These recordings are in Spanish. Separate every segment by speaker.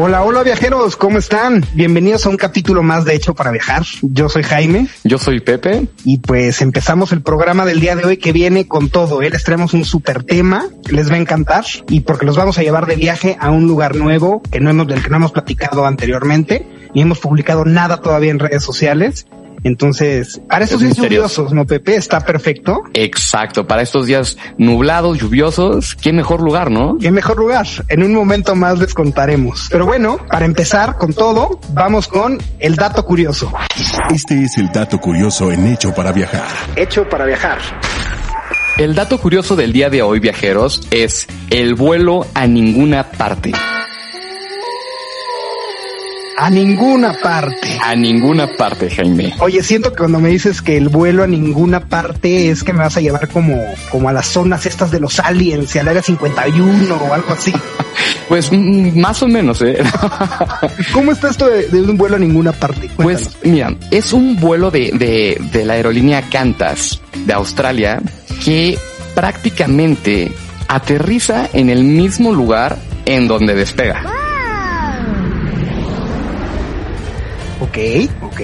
Speaker 1: Hola, hola viajeros, ¿cómo están? Bienvenidos a un capítulo más de Hecho para Viajar. Yo soy Jaime
Speaker 2: Yo soy Pepe.
Speaker 1: y pues empezamos el programa del día de hoy que viene con todo. ¿eh? Les traemos un super tema, les va a encantar y porque los vamos a llevar de viaje a un lugar nuevo que no hemos, del que no hemos platicado anteriormente ni hemos publicado nada todavía en redes sociales. Entonces, para estos
Speaker 2: Es
Speaker 1: días
Speaker 2: misterioso.
Speaker 1: lluviosos, ¿no, Pepe? Está perfecto.
Speaker 2: Exacto, para estos días nublados, lluviosos, qué mejor lugar, ¿no?
Speaker 1: ¿Qué mejor lugar? En un momento más les contaremos. Pero bueno, para empezar con todo, vamos con el dato curioso.
Speaker 3: Este es el dato curioso en Hecho para viajar.
Speaker 1: Hecho para viajar.
Speaker 2: El dato curioso del día de hoy, viajeros, es el vuelo a ninguna parte.
Speaker 1: A ninguna parte.
Speaker 2: A ninguna parte, Jaime.
Speaker 1: Oye, siento que cuando me dices que el vuelo a ninguna parte es que me vas a llevar como, como a las zonas estas de los aliens y al área 51 o algo así.
Speaker 2: Pues mm, más o menos, ¿eh?
Speaker 1: ¿Cómo está esto de, de un vuelo a ninguna parte? Cuéntanos.
Speaker 2: Pues mira, es un vuelo de, de- de la aerolínea Qantas de Australia que prácticamente aterriza en el mismo lugar en donde despega.
Speaker 1: ok, ok.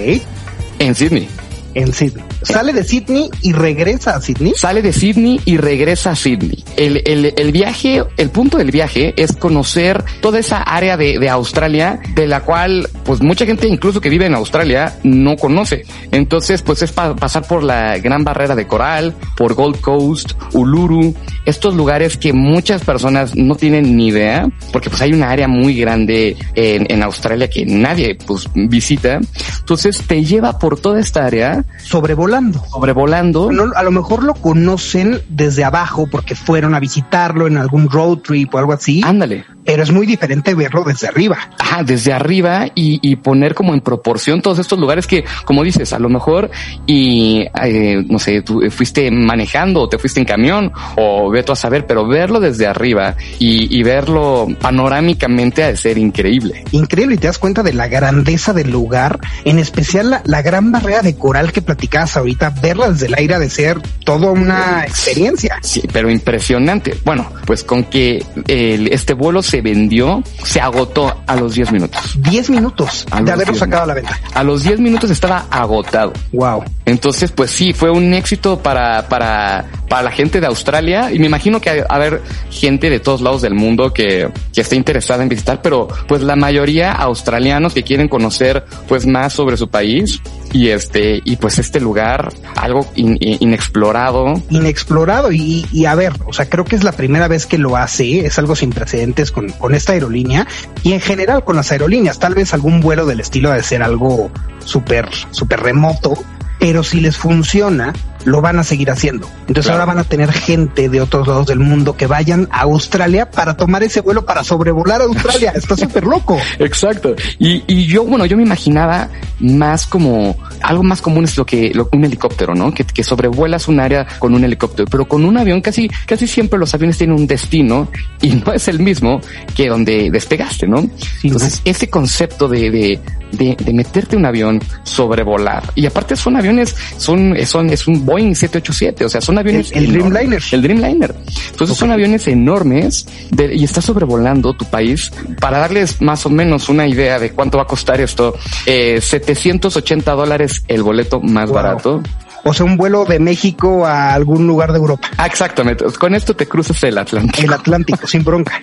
Speaker 2: En Sydney.
Speaker 1: En Sydney. Sale de Sydney y regresa a Sydney.
Speaker 2: Sale de Sydney y regresa a Sydney. El, el- el viaje, el punto del viaje es conocer toda esa área de, de Australia de la cual pues mucha gente incluso que vive en Australia no conoce. Entonces pues es pa- pasar por la Gran Barrera de Coral, por Gold Coast, Uluru, estos lugares que muchas personas no tienen ni idea porque pues hay una área muy grande en, en Australia que nadie pues visita. Entonces te lleva por toda esta área
Speaker 1: Sobrevolando.
Speaker 2: sobrevolando.
Speaker 1: no- a lo mejor lo conocen desde abajo porque fueron a visitarlo en algún road trip o algo así,
Speaker 2: Ándale.
Speaker 1: pero es muy diferente verlo desde arriba.
Speaker 2: ajá, desde arriba y, y poner como en proporción todos estos lugares que, como dices, a lo mejor y eh, no sé, tú eh, fuiste manejando o te fuiste en camión o veto a saber, pero verlo desde arriba y, y verlo panorámicamente ha de ser increíble.
Speaker 1: Increíble y te das cuenta de la grandeza del lugar, en especial la, la gran barrera de coral que platicabas ahorita, verla desde el aire ha de ser toda una experiencia.
Speaker 2: Sí, pero impresionante. Bueno, pues con que el- este vuelo se vendió, se agotó a los 10 minutos.
Speaker 1: 10 minutos
Speaker 2: Algo
Speaker 1: de haberlo
Speaker 2: así,
Speaker 1: sacado a
Speaker 2: ¿no?
Speaker 1: la venta.
Speaker 2: A los 10 minutos estaba agotado.
Speaker 1: Wow.
Speaker 2: Entonces, pues sí, fue un éxito para, para, para la gente de Australia y me imagino que ha- haber gente de todos lados del mundo que, que esté interesada en visitar, pero pues la mayoría australianos que quieren conocer pues más sobre su país y este, y pues este lugar, algo in- in- inexplorado.
Speaker 1: Inexplorado y, y a ver, o sea, creo que es la primera vez que lo hace, es algo sin precedentes con, con esta aerolínea y en general con las aerolíneas, tal vez algún vuelo del estilo de ser algo súper, súper remoto, pero si les funciona, lo van a seguir haciendo. Entonces
Speaker 2: Claro.
Speaker 1: ahora van a tener gente de otros lados del mundo que vayan a Australia para tomar ese vuelo para sobrevolar a Australia. Está súper loco.
Speaker 2: Exacto. Y, y yo, bueno, yo me imaginaba más como algo más común es lo que lo- un helicóptero, ¿no? Que, que sobrevuelas un área con un helicóptero, pero con un avión casi, casi siempre los aviones tienen un destino y no es el mismo que donde despegaste, ¿no? Entonces, ese concepto de, de, de, de meterte un avión, sobrevolar. Y aparte son aviones, son, son, es un Boeing 787, o sea, son aviones.
Speaker 1: El- el
Speaker 2: enormes.
Speaker 1: Dreamliner.
Speaker 2: El Dreamliner. Entonces son aviones enormes de- y está sobrevolando tu país. Para darles más o menos una idea de cuánto va a costar esto, eh, 780 dólares el boleto más
Speaker 1: Wow.
Speaker 2: barato.
Speaker 1: O sea, un vuelo de México a algún lugar de Europa.
Speaker 2: Ah, Exactamente. Con esto te cruzas el Atlántico.
Speaker 1: El Atlántico, sin bronca.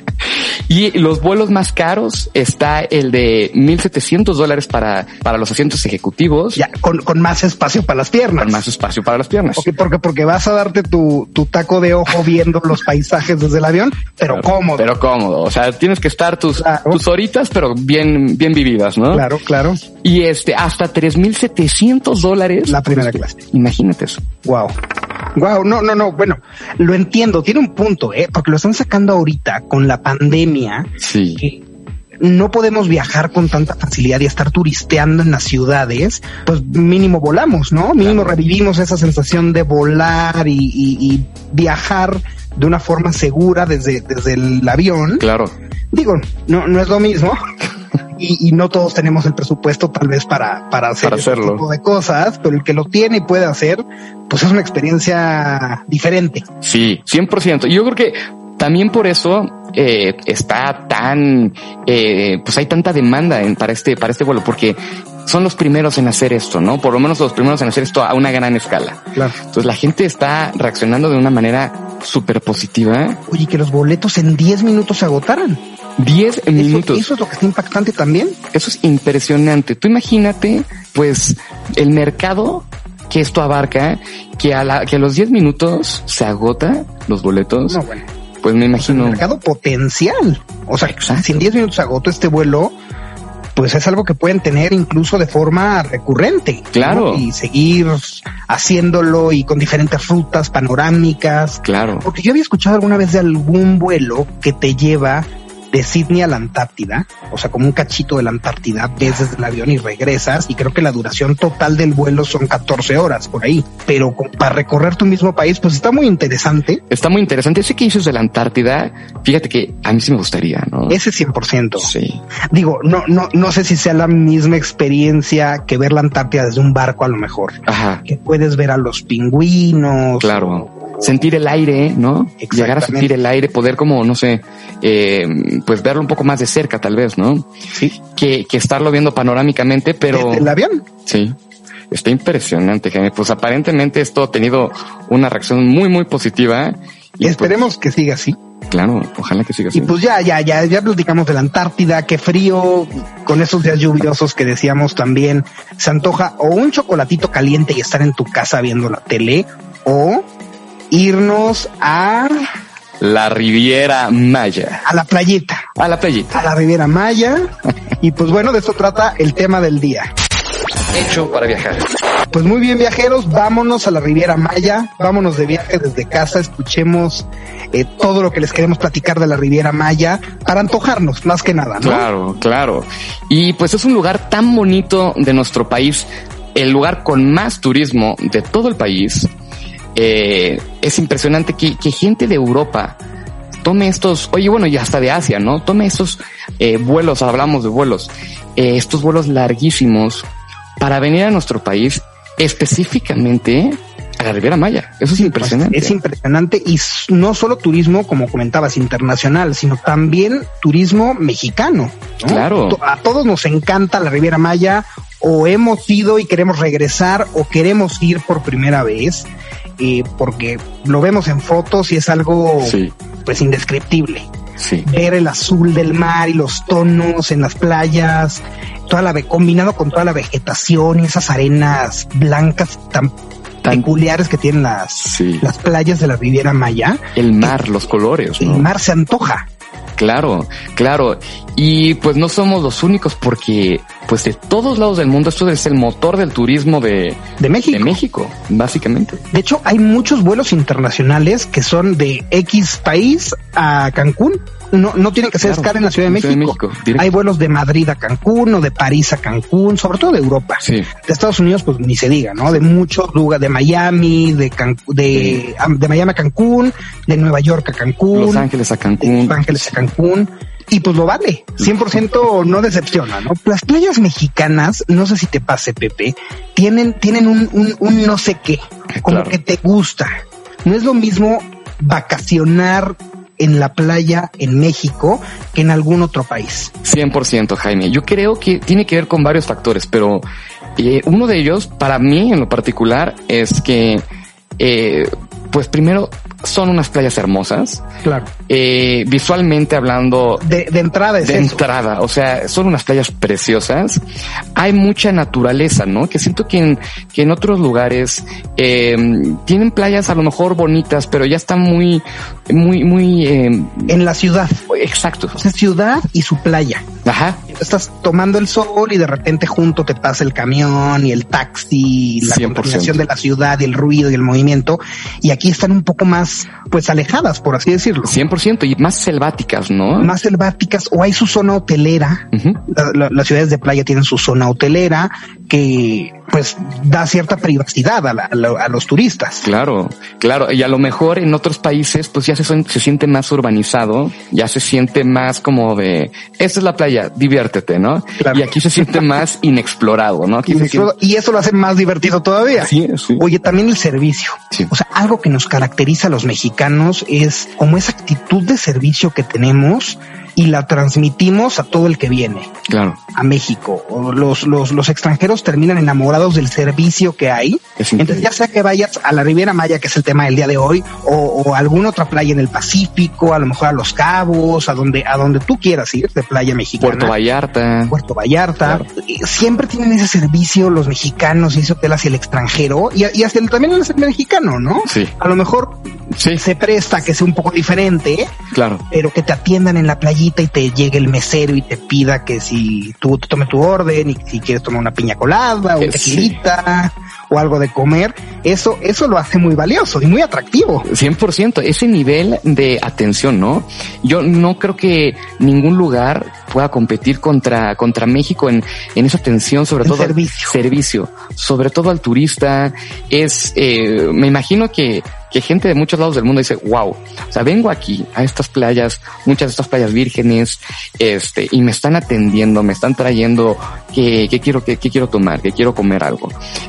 Speaker 2: Y los vuelos más caros está el de 1700 dólares para, para los asientos ejecutivos.
Speaker 1: Ya, con, con más espacio para las piernas.
Speaker 2: Con más espacio para las piernas.
Speaker 1: Porque, porque, porque vas a darte tu, tu taco de ojo viendo los paisajes desde el avión, pero cómodo.
Speaker 2: Pero cómodo. O sea, tienes que estar tus,
Speaker 1: Claro.
Speaker 2: tus horitas, pero bien, bien vividas, ¿no?
Speaker 1: Claro, claro.
Speaker 2: Y este, hasta 3700 dólares.
Speaker 1: La primera clase.
Speaker 2: Imagínate eso.
Speaker 1: Wow. Wow, no, no, no. Bueno, lo entiendo. Tiene un punto, ¿eh? Porque lo están sacando ahorita con la pandemia.
Speaker 2: Sí.
Speaker 1: que no podemos viajar con tanta facilidad y estar turisteando en las ciudades, pues mínimo volamos, ¿no? Mínimo revivimos esa sensación de volar y, y- y viajar de una forma segura desde, desde el avión.
Speaker 2: Claro.
Speaker 1: Digo, no, no es lo mismo. Y, y no todos tenemos el presupuesto tal vez para, para hacer
Speaker 2: Para
Speaker 1: ese
Speaker 2: hacerlo.
Speaker 1: tipo de cosas, pero el que lo tiene y puede hacer, pues es una experiencia diferente.
Speaker 2: Sí, 100%. Y yo creo que también por eso eh, está tan, eh, pues hay tanta demanda en- para este, para este vuelo, porque son los primeros en hacer esto, ¿no? Por lo menos los primeros en hacer esto a una gran escala.
Speaker 1: Claro.
Speaker 2: Entonces la gente está reaccionando de una manera súper positiva.
Speaker 1: Oye, que los boletos en 10 minutos se agotaran.
Speaker 2: 10
Speaker 1: Eso-
Speaker 2: minutos.
Speaker 1: eso es lo que está impactante también.
Speaker 2: Eso es impresionante. Tú imagínate, pues, el mercado que esto abarca, que a, la, que a los 10 minutos se agota los boletos.
Speaker 1: No, bueno,
Speaker 2: Pues me imagino.
Speaker 1: mercado potencial. O sea,
Speaker 2: Exacto.
Speaker 1: si en 10 minutos agotó este vuelo, pues es algo que pueden tener incluso de forma recurrente.
Speaker 2: Claro.
Speaker 1: ¿no? Y seguir haciéndolo y con diferentes rutas panorámicas.
Speaker 2: Claro.
Speaker 1: Porque yo había escuchado alguna vez de algún vuelo que te lleva de Sydney a la Antártida, o sea, como un cachito de la Antártida, ves desde el avión y regresas, y creo que la duración total del vuelo son 14 horas por ahí, pero con- para recorrer tu mismo país, pues está muy interesante,
Speaker 2: Está muy interesante. Ese que dices de la Antártida, fíjate que a mí sí me gustaría, ¿no?
Speaker 1: ese 100%.
Speaker 2: Sí.
Speaker 1: Digo, no, no, no sé si sea la misma experiencia que ver la Antártida desde un barco a lo mejor.
Speaker 2: Ajá,
Speaker 1: Que puedes ver a los pingüinos.
Speaker 2: claro. Sentir el aire, ¿no?
Speaker 1: Exactamente.
Speaker 2: Llegar a sentir el aire, poder como, no sé, eh, pues verlo un poco más de cerca tal vez, ¿no?
Speaker 1: Sí.
Speaker 2: Que, que estarlo viendo panorámicamente, pero...
Speaker 1: Desde este, el avión.
Speaker 2: Sí. Está impresionante, Jaime. Pues aparentemente esto ha tenido una reacción muy, muy positiva.
Speaker 1: Y esperemos que siga así.
Speaker 2: pues, claro, ojalá que siga así.
Speaker 1: Y pues ya, ya, ya, ya platicamos de la Antártida, qué frío, con esos días lluviosos que decíamos también, se antoja o un chocolatito caliente y estar en tu casa viendo la tele, o irnos a,
Speaker 2: La Riviera Maya.
Speaker 1: a la playita,
Speaker 2: A la playita.
Speaker 1: a la Riviera Maya. Y pues bueno, de esto trata el tema del día.
Speaker 2: Hecho para viajar.
Speaker 1: Pues muy bien, viajeros, vámonos a la Riviera Maya, vámonos de viaje desde casa, escuchemos eh, todo lo que les queremos platicar de la Riviera Maya para antojarnos, más que nada, ¿no?
Speaker 2: Claro, claro. Y pues es un lugar tan bonito de nuestro país, el lugar con más turismo de todo el país. Eh, es impresionante que, que gente de Europa tome estos, oye, bueno, y hasta de Asia, ¿no? Tome estos eh, vuelos, hablamos de vuelos, eh, estos vuelos larguísimos para venir a nuestro país específicamente a la Riviera Maya. Eso es impresionante.
Speaker 1: pues, Es impresionante y s- no solo turismo, como comentabas, internacional, sino también turismo mexicano. ¿no?
Speaker 2: Claro.
Speaker 1: To- A todos nos encanta la Riviera Maya o hemos ido y queremos regresar o queremos ir por primera vez eh, porque lo vemos en fotos y es algo
Speaker 2: Sí,
Speaker 1: pues indescriptible.
Speaker 2: sí.
Speaker 1: ver el azul del mar y los tonos en las playas, toda la ve- combinado con toda la vegetación y esas arenas blancas tan,
Speaker 2: Tan-
Speaker 1: peculiares que tienen las,
Speaker 2: Sí.
Speaker 1: las playas de la Riviera Maya,
Speaker 2: El mar, los colores, ¿no?
Speaker 1: el mar se antoja.
Speaker 2: Claro, claro. Y pues no somos los únicos porque pues de todos lados del mundo esto es el motor del turismo de,
Speaker 1: De México.
Speaker 2: de México, básicamente.
Speaker 1: De hecho, hay muchos vuelos internacionales que son de X país a Cancún. No, no tienen que ser
Speaker 2: Claro,
Speaker 1: escala en la Ciudad de
Speaker 2: Ciudad de
Speaker 1: México.
Speaker 2: México, directo.
Speaker 1: hay vuelos de Madrid a Cancún o de París a Cancún, sobre todo de Europa.
Speaker 2: Sí.
Speaker 1: De Estados Unidos, pues ni se diga, ¿no? De muchos lugares, de Miami, de, Cancún, de, am- de Miami a Cancún, de Nueva York a Cancún,
Speaker 2: Los Ángeles a
Speaker 1: de
Speaker 2: Cancún.
Speaker 1: Los Ángeles a Cancún. Y pues lo vale, 100% no decepciona, ¿no? Las playas mexicanas, no sé si te pase, Pepe, tienen, tienen un, un, un no sé qué, como
Speaker 2: Claro.
Speaker 1: que te gusta. No es lo mismo vacacionar en la playa en México que en algún otro país.
Speaker 2: 100% Jaime. Yo creo que tiene que ver con varios factores, pero Y uno de ellos, para mí en lo particular, es que, eh, pues primero, son unas playas hermosas.
Speaker 1: Claro.
Speaker 2: Eh, visualmente hablando,
Speaker 1: De, de entrada es
Speaker 2: de
Speaker 1: eso.
Speaker 2: entrada, o sea, son unas playas preciosas. Hay mucha naturaleza, ¿no? Que siento que en, que en otros lugares eh, tienen playas a lo mejor bonitas, pero ya están muy, muy, muy eh,
Speaker 1: En la ciudad. O
Speaker 2: exactos.
Speaker 1: sea, ciudad y su playa.
Speaker 2: Ajá.
Speaker 1: Estás tomando el sol y de repente junto te pasa el camión y el taxi, y la
Speaker 2: 100%.
Speaker 1: contaminación de la ciudad y el ruido y el movimiento. Y aquí están un poco más, pues alejadas, por así decirlo.
Speaker 2: 100% y más selváticas, ¿no?
Speaker 1: Más selváticas o hay su zona hotelera.
Speaker 2: Ujú.
Speaker 1: La- la- las ciudades de playa tienen su zona hotelera que pues da cierta privacidad a, la- a la- a los turistas.
Speaker 2: Claro, claro. Y a lo mejor en otros países, pues ya se, son- se siente más urbanizado, ya se siente más como de, esta es la playa, diviértete, ¿no?
Speaker 1: Claro.
Speaker 2: Y aquí se siente más inexplorado, ¿no? Aquí
Speaker 1: Y,
Speaker 2: se
Speaker 1: eso- y eso lo hace más divertido todavía.
Speaker 2: siente- Sí, sí.
Speaker 1: Oye, también el servicio.
Speaker 2: Sí.
Speaker 1: O sea, algo que nos caracteriza a los mexicanos es como esa actitud de servicio que tenemos y la transmitimos a todo el que viene
Speaker 2: Claro,
Speaker 1: a México. O Los, los, los extranjeros terminan enamorados del servicio que hay.
Speaker 2: Es increíble.
Speaker 1: Entonces, ya sea que vayas a la Riviera Maya, que es el tema del día de hoy, o, o a alguna otra playa en el Pacífico, a lo mejor a Los Cabos, a donde, a donde tú quieras ir de playa mexicana.
Speaker 2: Puerto Vallarta.
Speaker 1: Puerto Vallarta. Eh, Siempre tienen ese servicio los mexicanos y ese hotel hacia el extranjero y, y hacia el, también hacia el mexicano, ¿no?
Speaker 2: Sí.
Speaker 1: A lo mejor
Speaker 2: Sí,
Speaker 1: se presta que sea un poco diferente,
Speaker 2: claro.
Speaker 1: pero que te atiendan en la playita y te llegue el mesero y te pida que si tú te tome tu orden y si quieres tomar una piña colada o
Speaker 2: Que
Speaker 1: un tequilita o algo de comer, eso, eso lo hace muy valioso y muy atractivo.
Speaker 2: 100%, ese nivel de atención, ¿no? Yo no creo que ningún lugar pueda competir contra, contra México en, en esa atención, sobre
Speaker 1: En
Speaker 2: todo.
Speaker 1: servicio.
Speaker 2: Servicio, sobre todo al turista. Es, eh, me imagino que, que gente de muchos lados del mundo dice, wow, o sea, vengo aquí a estas playas, muchas de estas playas vírgenes, este, y me están atendiendo, me están trayendo que, que quiero, que, que quiero tomar, que quiero comer algo.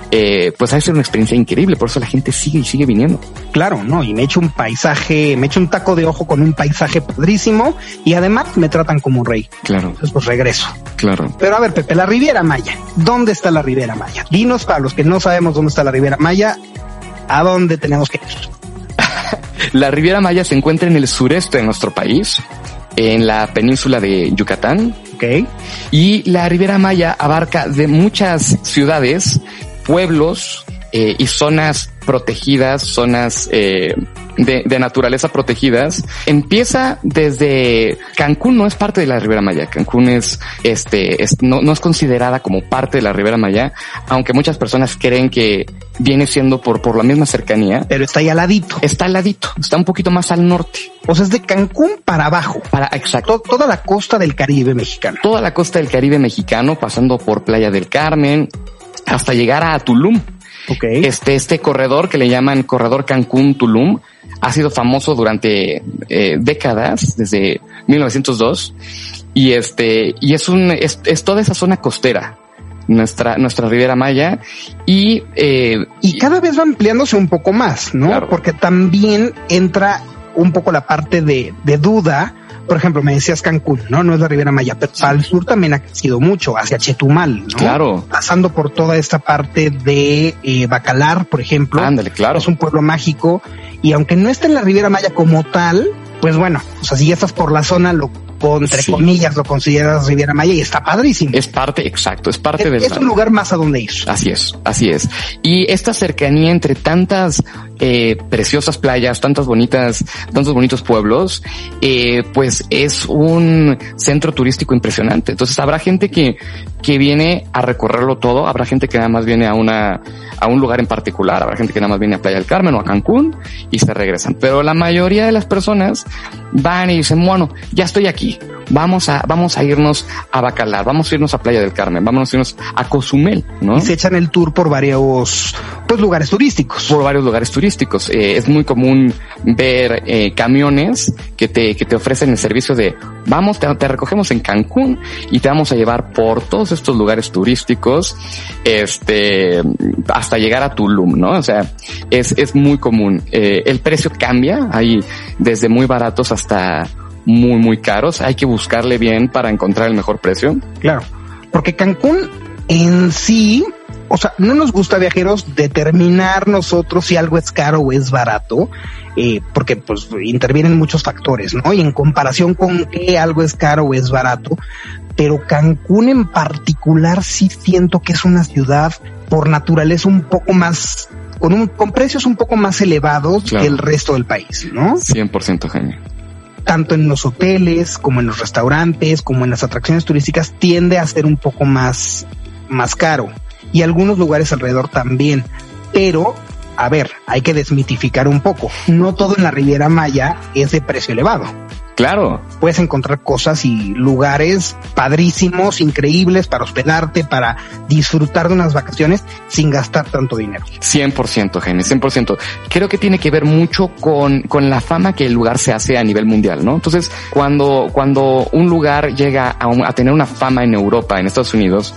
Speaker 2: Eh, pues ha de ser una experiencia increíble, por eso la gente sigue y sigue viniendo.
Speaker 1: Claro, no, y me echo un paisaje, me echo un taco de ojo con un paisaje padrísimo y además me tratan como un rey.
Speaker 2: Claro,
Speaker 1: Entonces, pues regreso.
Speaker 2: claro.
Speaker 1: Pero a ver, Pepe, la Riviera Maya. ¿Dónde está la Riviera Maya? Dinos para los que no sabemos dónde está la Riviera Maya, a dónde tenemos que ir.
Speaker 2: La Riviera Maya se encuentra en el sureste de nuestro país, en la península de Yucatán,
Speaker 1: Ok.
Speaker 2: y la Riviera Maya abarca de muchas ciudades, pueblos eh, y zonas protegidas, zonas eh, de, de naturaleza protegidas. Empieza desde Cancún no es parte de la Riviera Maya. Cancún es este es- no, no es considerada como parte de la Riviera Maya, aunque muchas personas creen que viene siendo por por la misma cercanía.
Speaker 1: Pero está ahí al ladito.
Speaker 2: Está al ladito, está un poquito más al norte.
Speaker 1: O sea, es de Cancún para abajo.
Speaker 2: Para exacto.
Speaker 1: To- toda la costa del Caribe mexicano.
Speaker 2: Toda la costa del Caribe mexicano, pasando por Playa del Carmen, hasta llegar a Tulum.
Speaker 1: Ok.
Speaker 2: Este, este corredor que le llaman Corredor Cancún-Tulum ha sido famoso durante eh, décadas, desde 1902. Y este, y es un, es, es toda esa zona costera, nuestra, nuestra Riviera Maya. Y, eh,
Speaker 1: y cada vez va ampliándose un poco más, ¿no?
Speaker 2: Claro.
Speaker 1: Porque también entra un poco la parte de, de duda. Por ejemplo, me decías Cancún, ¿no? No es la Riviera Maya, pero al sur también ha crecido mucho, hacia Chetumal, ¿no?
Speaker 2: claro,
Speaker 1: Pasando por toda esta parte de eh, Bacalar, por ejemplo.
Speaker 2: ándale, claro.
Speaker 1: Es un pueblo mágico y aunque no esté en la Riviera Maya como tal, pues bueno, o sea, si ya estás por la zona, lo entre
Speaker 2: Sí.
Speaker 1: comillas lo consideras Riviera Maya y está padrísimo.
Speaker 2: Es parte, exacto, es parte
Speaker 1: Es-
Speaker 2: del. Ah,
Speaker 1: es un lugar más a donde ir.
Speaker 2: Así es, así es. Y esta cercanía entre tantas eh, preciosas playas, tantas bonitas, tantos bonitos pueblos, eh, pues es un centro turístico impresionante. Entonces habrá gente que, que viene a recorrerlo todo, habrá gente que nada más viene a una, a un lugar en particular, habrá gente que nada más viene a Playa del Carmen o a Cancún y se regresan. Pero la mayoría de las personas van y dicen, bueno, ya estoy aquí. Vamos a, vamos a irnos a Bacalar, vamos a irnos a Playa del Carmen, vamos a irnos a Cozumel, ¿no?
Speaker 1: Y se echan el tour por varios pues lugares turísticos.
Speaker 2: por varios lugares turísticos. Eh, es muy común ver eh, camiones que te, que te ofrecen el servicio de vamos, te, te recogemos en Cancún y te vamos a llevar por todos estos lugares turísticos, este, hasta llegar a Tulum, ¿no? O sea, es, es muy común. Eh, el precio cambia, hay desde muy baratos hasta muy, muy caros. Hay que buscarle bien para encontrar el mejor precio.
Speaker 1: Claro, porque Cancún en sí o sea, no nos gusta viajeros determinar nosotros si algo es caro o es barato, eh, porque pues intervienen muchos factores, ¿no? Y en comparación con qué algo es caro o es barato, pero Cancún en particular sí siento que es una ciudad por naturaleza un poco más, con, un, con precios un poco más elevados
Speaker 2: Claro.
Speaker 1: que el resto del país, ¿no?
Speaker 2: 100% Jaime.
Speaker 1: tanto en los hoteles como en los restaurantes, como en las atracciones turísticas, tiende a ser un poco más, más caro. Y algunos lugares alrededor también. Pero, a ver, hay que desmitificar un poco. No todo en la Riviera Maya es de precio elevado.
Speaker 2: Claro,
Speaker 1: Puedes encontrar cosas y lugares padrísimos, increíbles para hospedarte, para disfrutar de unas vacaciones sin gastar tanto dinero.
Speaker 2: 100%, Jaime, 100%. Creo que tiene que ver mucho con, con la fama que el lugar se hace a nivel mundial, ¿no? Entonces, cuando, cuando un lugar llega a, un- a tener una fama en Europa, en Estados Unidos,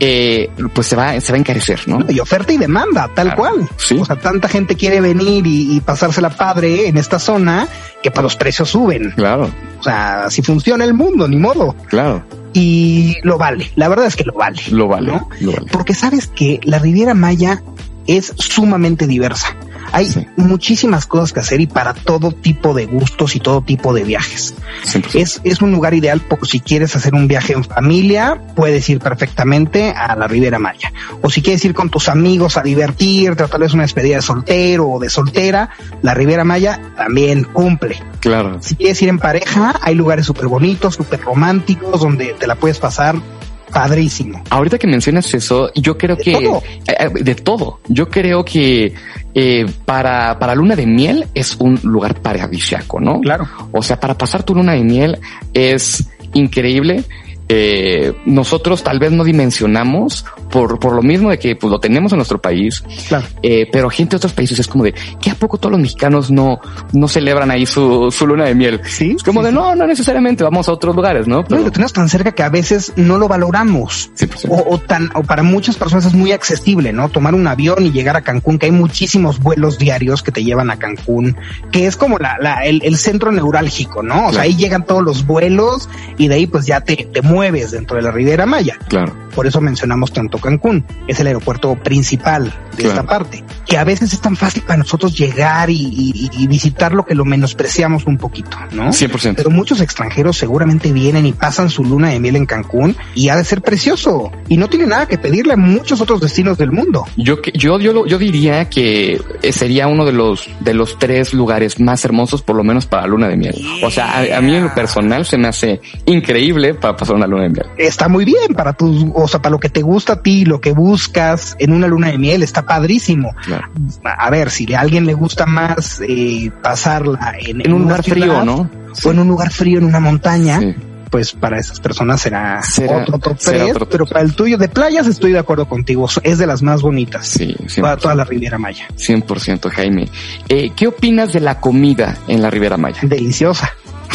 Speaker 2: eh, pues se va, se va a encarecer, ¿no?
Speaker 1: Y oferta y demanda, tal
Speaker 2: Claro,
Speaker 1: cual.
Speaker 2: sí.
Speaker 1: O sea, tanta gente quiere venir y, y pasársela padre en esta zona que para los precios suben.
Speaker 2: Claro,
Speaker 1: O sea, así funciona el mundo, ni modo.
Speaker 2: claro.
Speaker 1: Y lo vale. La verdad es que lo vale.
Speaker 2: Lo vale,
Speaker 1: ¿no?
Speaker 2: lo vale.
Speaker 1: Porque sabes que la Riviera Maya es sumamente diversa. Hay
Speaker 2: Sí.
Speaker 1: muchísimas cosas que hacer y para todo tipo de gustos y todo tipo de viajes.
Speaker 2: 100%.
Speaker 1: Es, es un lugar ideal por si quieres hacer un viaje en familia, puedes ir perfectamente a la Riviera Maya. O si quieres ir con tus amigos a divertirte, o tal vez una despedida de soltero o de soltera, la Riviera Maya también cumple.
Speaker 2: Claro.
Speaker 1: Si quieres ir en pareja, hay lugares súper bonitos, súper románticos, donde te la puedes pasar padrísimo.
Speaker 2: Ahorita que mencionas eso, yo creo
Speaker 1: De
Speaker 2: que
Speaker 1: todo.
Speaker 2: eh, eh, de todo. Yo creo que eh, para, para luna de miel es un lugar paradisíaco, ¿no?
Speaker 1: Claro.
Speaker 2: O sea, para pasar tu luna de miel es increíble. Eh, nosotros tal vez no dimensionamos por, por lo mismo de que pues, lo tenemos en nuestro país,
Speaker 1: Claro.
Speaker 2: eh, pero gente de otros países es como de que a poco todos los mexicanos no, no celebran ahí su, su luna de miel.
Speaker 1: Sí.
Speaker 2: Es como de no, no necesariamente vamos a otros lugares, no?
Speaker 1: No, y
Speaker 2: Pero-
Speaker 1: lo tenemos tan cerca que a veces no lo valoramos.
Speaker 2: 100%.
Speaker 1: O, o tan, o para muchas personas es muy accesible, ¿no? Tomar un avión y llegar a Cancún, que hay muchísimos vuelos diarios que te llevan a Cancún, que es como la, la- el, el centro neurálgico, ¿no? O sea,
Speaker 2: Claro.
Speaker 1: ahí llegan todos los vuelos y de ahí pues ya te, te mueves dentro de la Riviera Maya.
Speaker 2: Claro.
Speaker 1: Por eso mencionamos tanto Cancún. Es el aeropuerto principal de
Speaker 2: Claro.
Speaker 1: esta parte. Que a veces es tan fácil para nosotros llegar y, y- y visitar lo que lo menospreciamos un poquito, ¿no?
Speaker 2: 100%.
Speaker 1: Pero muchos extranjeros seguramente vienen y pasan su luna de miel en Cancún y ha de ser precioso. Y no tiene nada que pedirle a muchos otros destinos del mundo.
Speaker 2: Yo, que- yo, yo, lo- yo diría que eh, sería uno de los, de los tres lugares más hermosos, por lo menos para luna de miel. O sea, a, a mí en lo personal se me hace increíble para pasar una luna de miel.
Speaker 1: Está muy bien para tus, o sea, para lo que te gusta a ti, lo que buscas en una luna de miel, está padrísimo.
Speaker 2: Claro.
Speaker 1: A ver, si a alguien le gusta más eh, pasarla en,
Speaker 2: En
Speaker 1: una
Speaker 2: un lugar frío,
Speaker 1: ciudad
Speaker 2: ¿no?
Speaker 1: O en un lugar frío, en una montaña,
Speaker 2: Sí.
Speaker 1: pues para esas personas será,
Speaker 2: Será-
Speaker 1: otro top
Speaker 2: será
Speaker 1: 3,
Speaker 2: otro top
Speaker 1: pero para el tuyo de playas estoy de acuerdo contigo, es de las más bonitas
Speaker 2: Sí, sí.
Speaker 1: para toda la Riviera Maya.
Speaker 2: 100% Jaime. Eh, ¿Qué opinas de la comida en la Ribera Maya?
Speaker 1: Deliciosa.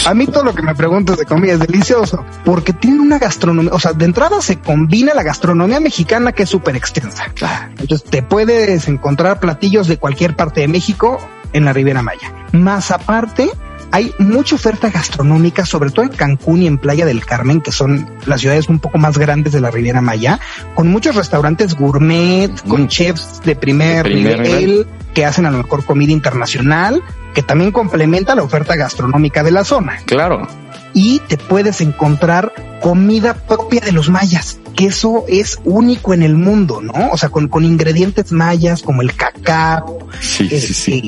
Speaker 1: A mí todo lo que me preguntas de comida es delicioso, porque tienen una gastronomía, o sea, de entrada se combina la gastronomía mexicana que es súper extensa.
Speaker 2: Ah,
Speaker 1: Entonces te puedes encontrar platillos de cualquier parte de México en la Riviera Maya. Más aparte, hay mucha oferta gastronómica, sobre todo en Cancún y en Playa del Carmen, que son las ciudades un poco más grandes de la Riviera Maya, con muchos restaurantes gourmet,
Speaker 2: Ujú.
Speaker 1: con chefs de primer,
Speaker 2: De primer
Speaker 1: nivel, que hacen a lo mejor comida internacional, que también complementa la oferta gastronómica de la zona
Speaker 2: Claro,
Speaker 1: y te puedes encontrar comida propia de los mayas, que eso es único en el mundo, ¿no? O sea, con, con ingredientes mayas como el cacao,
Speaker 2: sí,
Speaker 1: eh,
Speaker 2: sí, sí.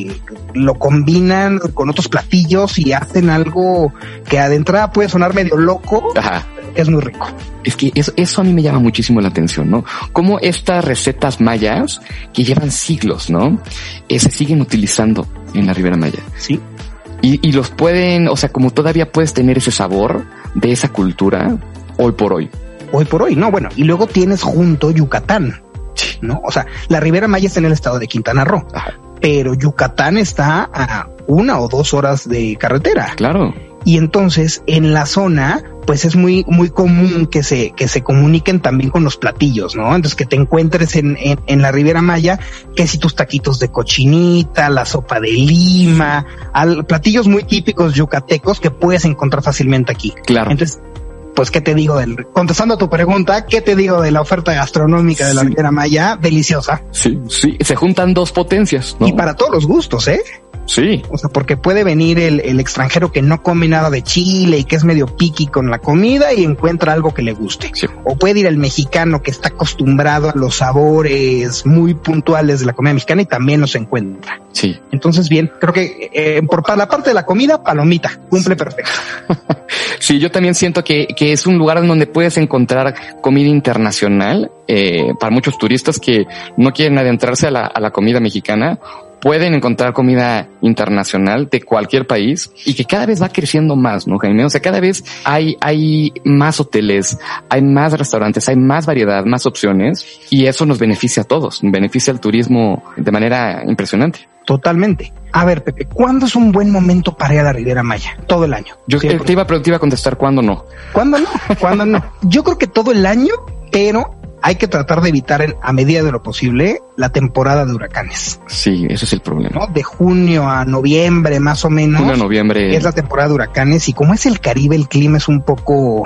Speaker 1: que lo combinan con otros platillos y hacen algo que de entrada puede sonar medio loco,
Speaker 2: Ajá.
Speaker 1: pero que es muy rico.
Speaker 2: Es que eso, eso a mí me llama muchísimo la atención, ¿no? Como estas recetas mayas que llevan siglos, ¿no? Eh, se siguen utilizando en la Ribera Maya.
Speaker 1: Sí.
Speaker 2: Y, y los pueden, o sea, como todavía puedes tener ese sabor de esa cultura hoy por hoy.
Speaker 1: Hoy por hoy, no, bueno, y luego tienes junto Yucatán,
Speaker 2: Sí.
Speaker 1: ¿no? O sea, la Ribera Maya está en el estado de Quintana Roo,
Speaker 2: Ajá.
Speaker 1: pero Yucatán está a una o dos horas de carretera.
Speaker 2: Claro,
Speaker 1: y entonces en la zona pues es muy muy común que se que se comuniquen también con los platillos, ¿no? Entonces que te encuentres en, en, en la Riviera Maya que si tus taquitos de cochinita, la sopa de lima, al, platillos muy típicos yucatecos que puedes encontrar fácilmente aquí.
Speaker 2: claro.
Speaker 1: Entonces pues, ¿qué te digo? Del, contestando a tu pregunta, ¿qué te digo de la oferta gastronómica de la
Speaker 2: Sí.
Speaker 1: Riviera Maya? Deliciosa.
Speaker 2: Sí, sí, se juntan dos potencias, ¿no?
Speaker 1: Y para todos los gustos, ¿eh?
Speaker 2: Sí,
Speaker 1: O sea, porque puede venir el, el extranjero que no come nada de Chile y que es medio piqui con la comida y encuentra algo que le guste.
Speaker 2: Sí.
Speaker 1: O puede ir el mexicano que está acostumbrado a los sabores muy puntuales de la comida mexicana y también los encuentra.
Speaker 2: sí.
Speaker 1: Entonces, bien, creo que eh, por pa- la parte de la comida, palomita, cumple perfecto.
Speaker 2: Sí, yo también siento que, que es un lugar en donde puedes encontrar comida internacional. eh, para muchos turistas que no quieren adentrarse a la, a la comida mexicana, pueden encontrar comida internacional de cualquier país y que cada vez va creciendo más, ¿no, Jaime? O sea, cada vez hay, hay más hoteles, hay más restaurantes, hay más variedad, más opciones y eso nos beneficia a todos, beneficia al turismo de manera impresionante.
Speaker 1: Totalmente. A ver, Pepe, ¿cuándo es un buen momento para ir a la Riviera Maya? Todo el año.
Speaker 2: Yo eh,
Speaker 1: Siempre.
Speaker 2: te iba, a pre- te iba a contestar cuándo no.
Speaker 1: ¿Cuándo no? ¿Cuándo no? Yo creo que todo el año, pero hay que tratar de evitar en- a medida de lo posible la temporada de huracanes,
Speaker 2: Sí, ese es el problema.
Speaker 1: ¿no? De junio a noviembre más o menos
Speaker 2: Junio, noviembre.
Speaker 1: es la temporada de huracanes y como es el Caribe el clima es un poco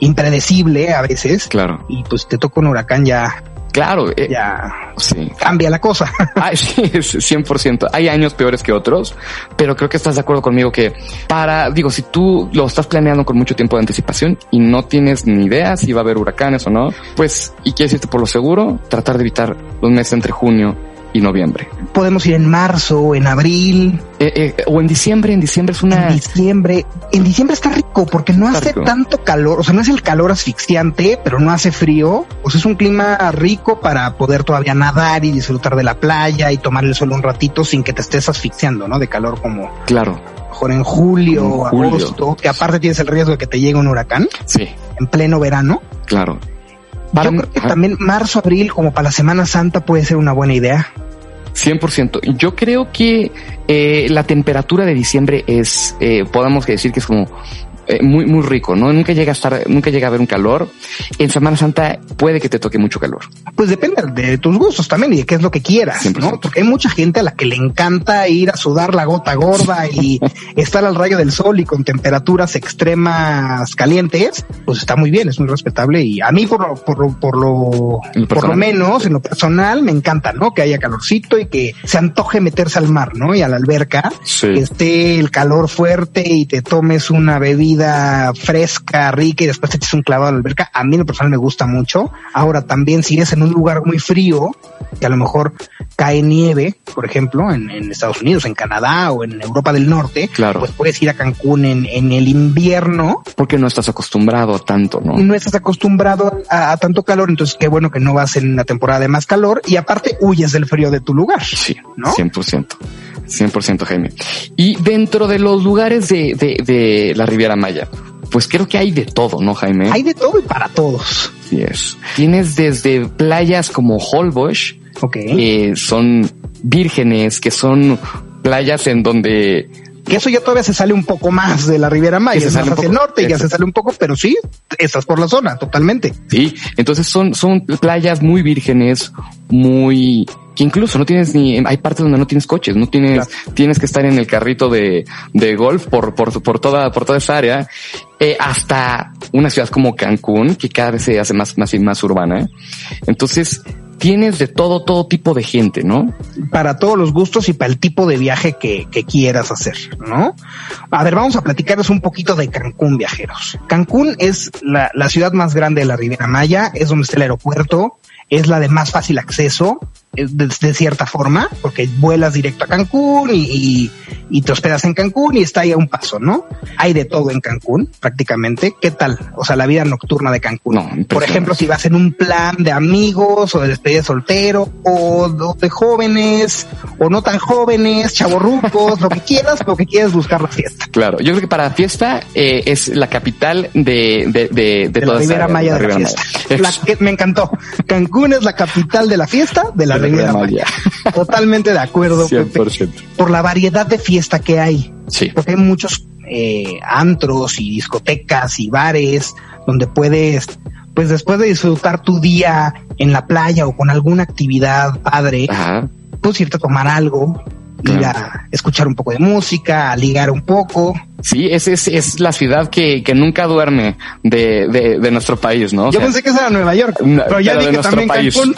Speaker 1: impredecible a veces
Speaker 2: Claro.
Speaker 1: y pues te toca un huracán ya,
Speaker 2: Claro, eh,
Speaker 1: ya
Speaker 2: sí.
Speaker 1: cambia la cosa.
Speaker 2: Ah, sí, es 100%. Hay años peores que otros, pero creo que estás de acuerdo conmigo que para, digo, si tú lo estás planeando con mucho tiempo de anticipación y no tienes ni idea si va a haber huracanes o no, pues, y quieres irte por lo seguro, tratar de evitar los meses entre junio y noviembre.
Speaker 1: Podemos ir en marzo, en abril,
Speaker 2: Eh, eh, o en diciembre, en diciembre es una...
Speaker 1: En diciembre, en diciembre está rico porque no
Speaker 2: Ah. Está
Speaker 1: hace
Speaker 2: rico.
Speaker 1: tanto calor, o sea, no es el calor asfixiante, pero no hace frío. O sea, es un clima rico para poder todavía nadar y disfrutar de la playa y tomar el sol un ratito sin que te estés asfixiando, ¿no? De calor como
Speaker 2: Claro,
Speaker 1: mejor en julio
Speaker 2: Como
Speaker 1: o
Speaker 2: en julio.
Speaker 1: agosto, que aparte tienes el riesgo de que te llegue un huracán
Speaker 2: sí,
Speaker 1: en pleno verano.
Speaker 2: claro.
Speaker 1: Yo creo que
Speaker 2: Ajá.
Speaker 1: también marzo, abril, como para la Semana Santa puede ser una buena idea.
Speaker 2: 100%. Yo creo que eh, la temperatura de diciembre es, eh, podamos decir que es como eh, muy, muy rico, ¿no? Nunca llega a estar, nunca llega a haber un calor. En Semana Santa puede que te toque mucho calor.
Speaker 1: Pues depende de tus gustos también y de qué es lo que quieras,
Speaker 2: 100%.
Speaker 1: ¿no? Porque hay mucha gente a la que le encanta ir a sudar la gota gorda y estar al rayo del sol y con temperaturas extremas calientes, pues está muy bien, es muy respetable y a mí por lo, por lo, por lo,
Speaker 2: En lo
Speaker 1: por lo
Speaker 2: personal.
Speaker 1: menos en lo personal me encanta, ¿no? Que haya calorcito y que se antoje meterse al mar, ¿no? Y a la alberca que
Speaker 2: Sí.
Speaker 1: esté el calor fuerte y te tomes una bebida fresca, rica y después te eches un clavado a la alberca. A mí en lo personal me gusta mucho. Ahora también si eres en un lugar muy frío, que a lo mejor cae nieve, por ejemplo, en, en Estados Unidos, en Canadá o en Europa del Norte,
Speaker 2: Claro.
Speaker 1: pues puedes ir a Cancún en, en el invierno
Speaker 2: Porque no estás acostumbrado a tanto, ¿no?
Speaker 1: y no estás acostumbrado a, a tanto calor, entonces qué bueno que no vas en una temporada de más calor y aparte huyes del frío de tu lugar.
Speaker 2: Sí,
Speaker 1: ¿No?
Speaker 2: 100%. 100% Jaime. Y dentro de los lugares de, de, de la Riviera Maya, pues creo que hay de todo, ¿no, Jaime?
Speaker 1: Hay de todo y para todos.
Speaker 2: Así es. Tienes desde playas como Holbox,
Speaker 1: Ok.
Speaker 2: que son vírgenes, que son playas en donde
Speaker 1: Que eso ya todavía se sale un poco más de la Riviera Maya,
Speaker 2: Que se
Speaker 1: es
Speaker 2: sale
Speaker 1: más
Speaker 2: un
Speaker 1: hacia el
Speaker 2: poco.
Speaker 1: norte, ya se
Speaker 2: Exacto.
Speaker 1: sale un poco, pero sí, estás por la zona, totalmente.
Speaker 2: sí, entonces son, son playas muy vírgenes, muy que incluso no tienes ni hay partes donde no tienes coches, no tienes tienes que estar en el carrito de, de golf por, por por toda por toda esa área eh, hasta una ciudad como Cancún que cada vez se hace más más y más urbana. Entonces tienes de todo todo tipo de gente, ¿no?
Speaker 1: Para todos los gustos y para el tipo de viaje que, que quieras hacer, ¿no? A ver, vamos a platicarles un poquito de Cancún, viajeros. Cancún es la, la ciudad más grande de la Riviera Maya, es donde está el aeropuerto, es la de más fácil acceso, es de, de cierta forma, porque vuelas directo a Cancún y, y- y te hospedas en Cancún y está ahí a un paso, ¿no? Hay de todo en Cancún, prácticamente. ¿Qué tal? O sea, la vida nocturna de Cancún.
Speaker 2: No,
Speaker 1: Por
Speaker 2: impresionante.
Speaker 1: ejemplo, si vas en un plan de amigos o de despedida de soltero o de- de jóvenes o no tan jóvenes, chavorrucos, lo que quieras, lo que quieras buscar la fiesta.
Speaker 2: Claro, yo creo que para fiesta eh, es la capital de, de, de, de
Speaker 1: De la
Speaker 2: toda esa
Speaker 1: Riviera
Speaker 2: área,
Speaker 1: Maya de la
Speaker 2: Riviera
Speaker 1: fiesta.
Speaker 2: Maya.
Speaker 1: La que- me encantó. Cancún es la capital de la fiesta de la, Riviera Maya. Totalmente de acuerdo, Pepe.
Speaker 2: 100%.
Speaker 1: Por la variedad de fiesta que hay.
Speaker 2: Sí,
Speaker 1: Porque hay muchos eh, antros y discotecas y bares donde puedes, pues después de disfrutar tu día en la playa o con alguna actividad padre,
Speaker 2: ajá,
Speaker 1: puedes irte a tomar algo, ir a escuchar un poco de música, a ligar un poco.
Speaker 2: Sí, es, es, es la ciudad que, que nunca duerme de, de, de nuestro país, ¿no? O
Speaker 1: Yo
Speaker 2: sea,
Speaker 1: pensé que esa era Nueva York,
Speaker 2: No,
Speaker 1: pero ya
Speaker 2: pero de
Speaker 1: dije
Speaker 2: nuestro
Speaker 1: también
Speaker 2: país.
Speaker 1: Cancún.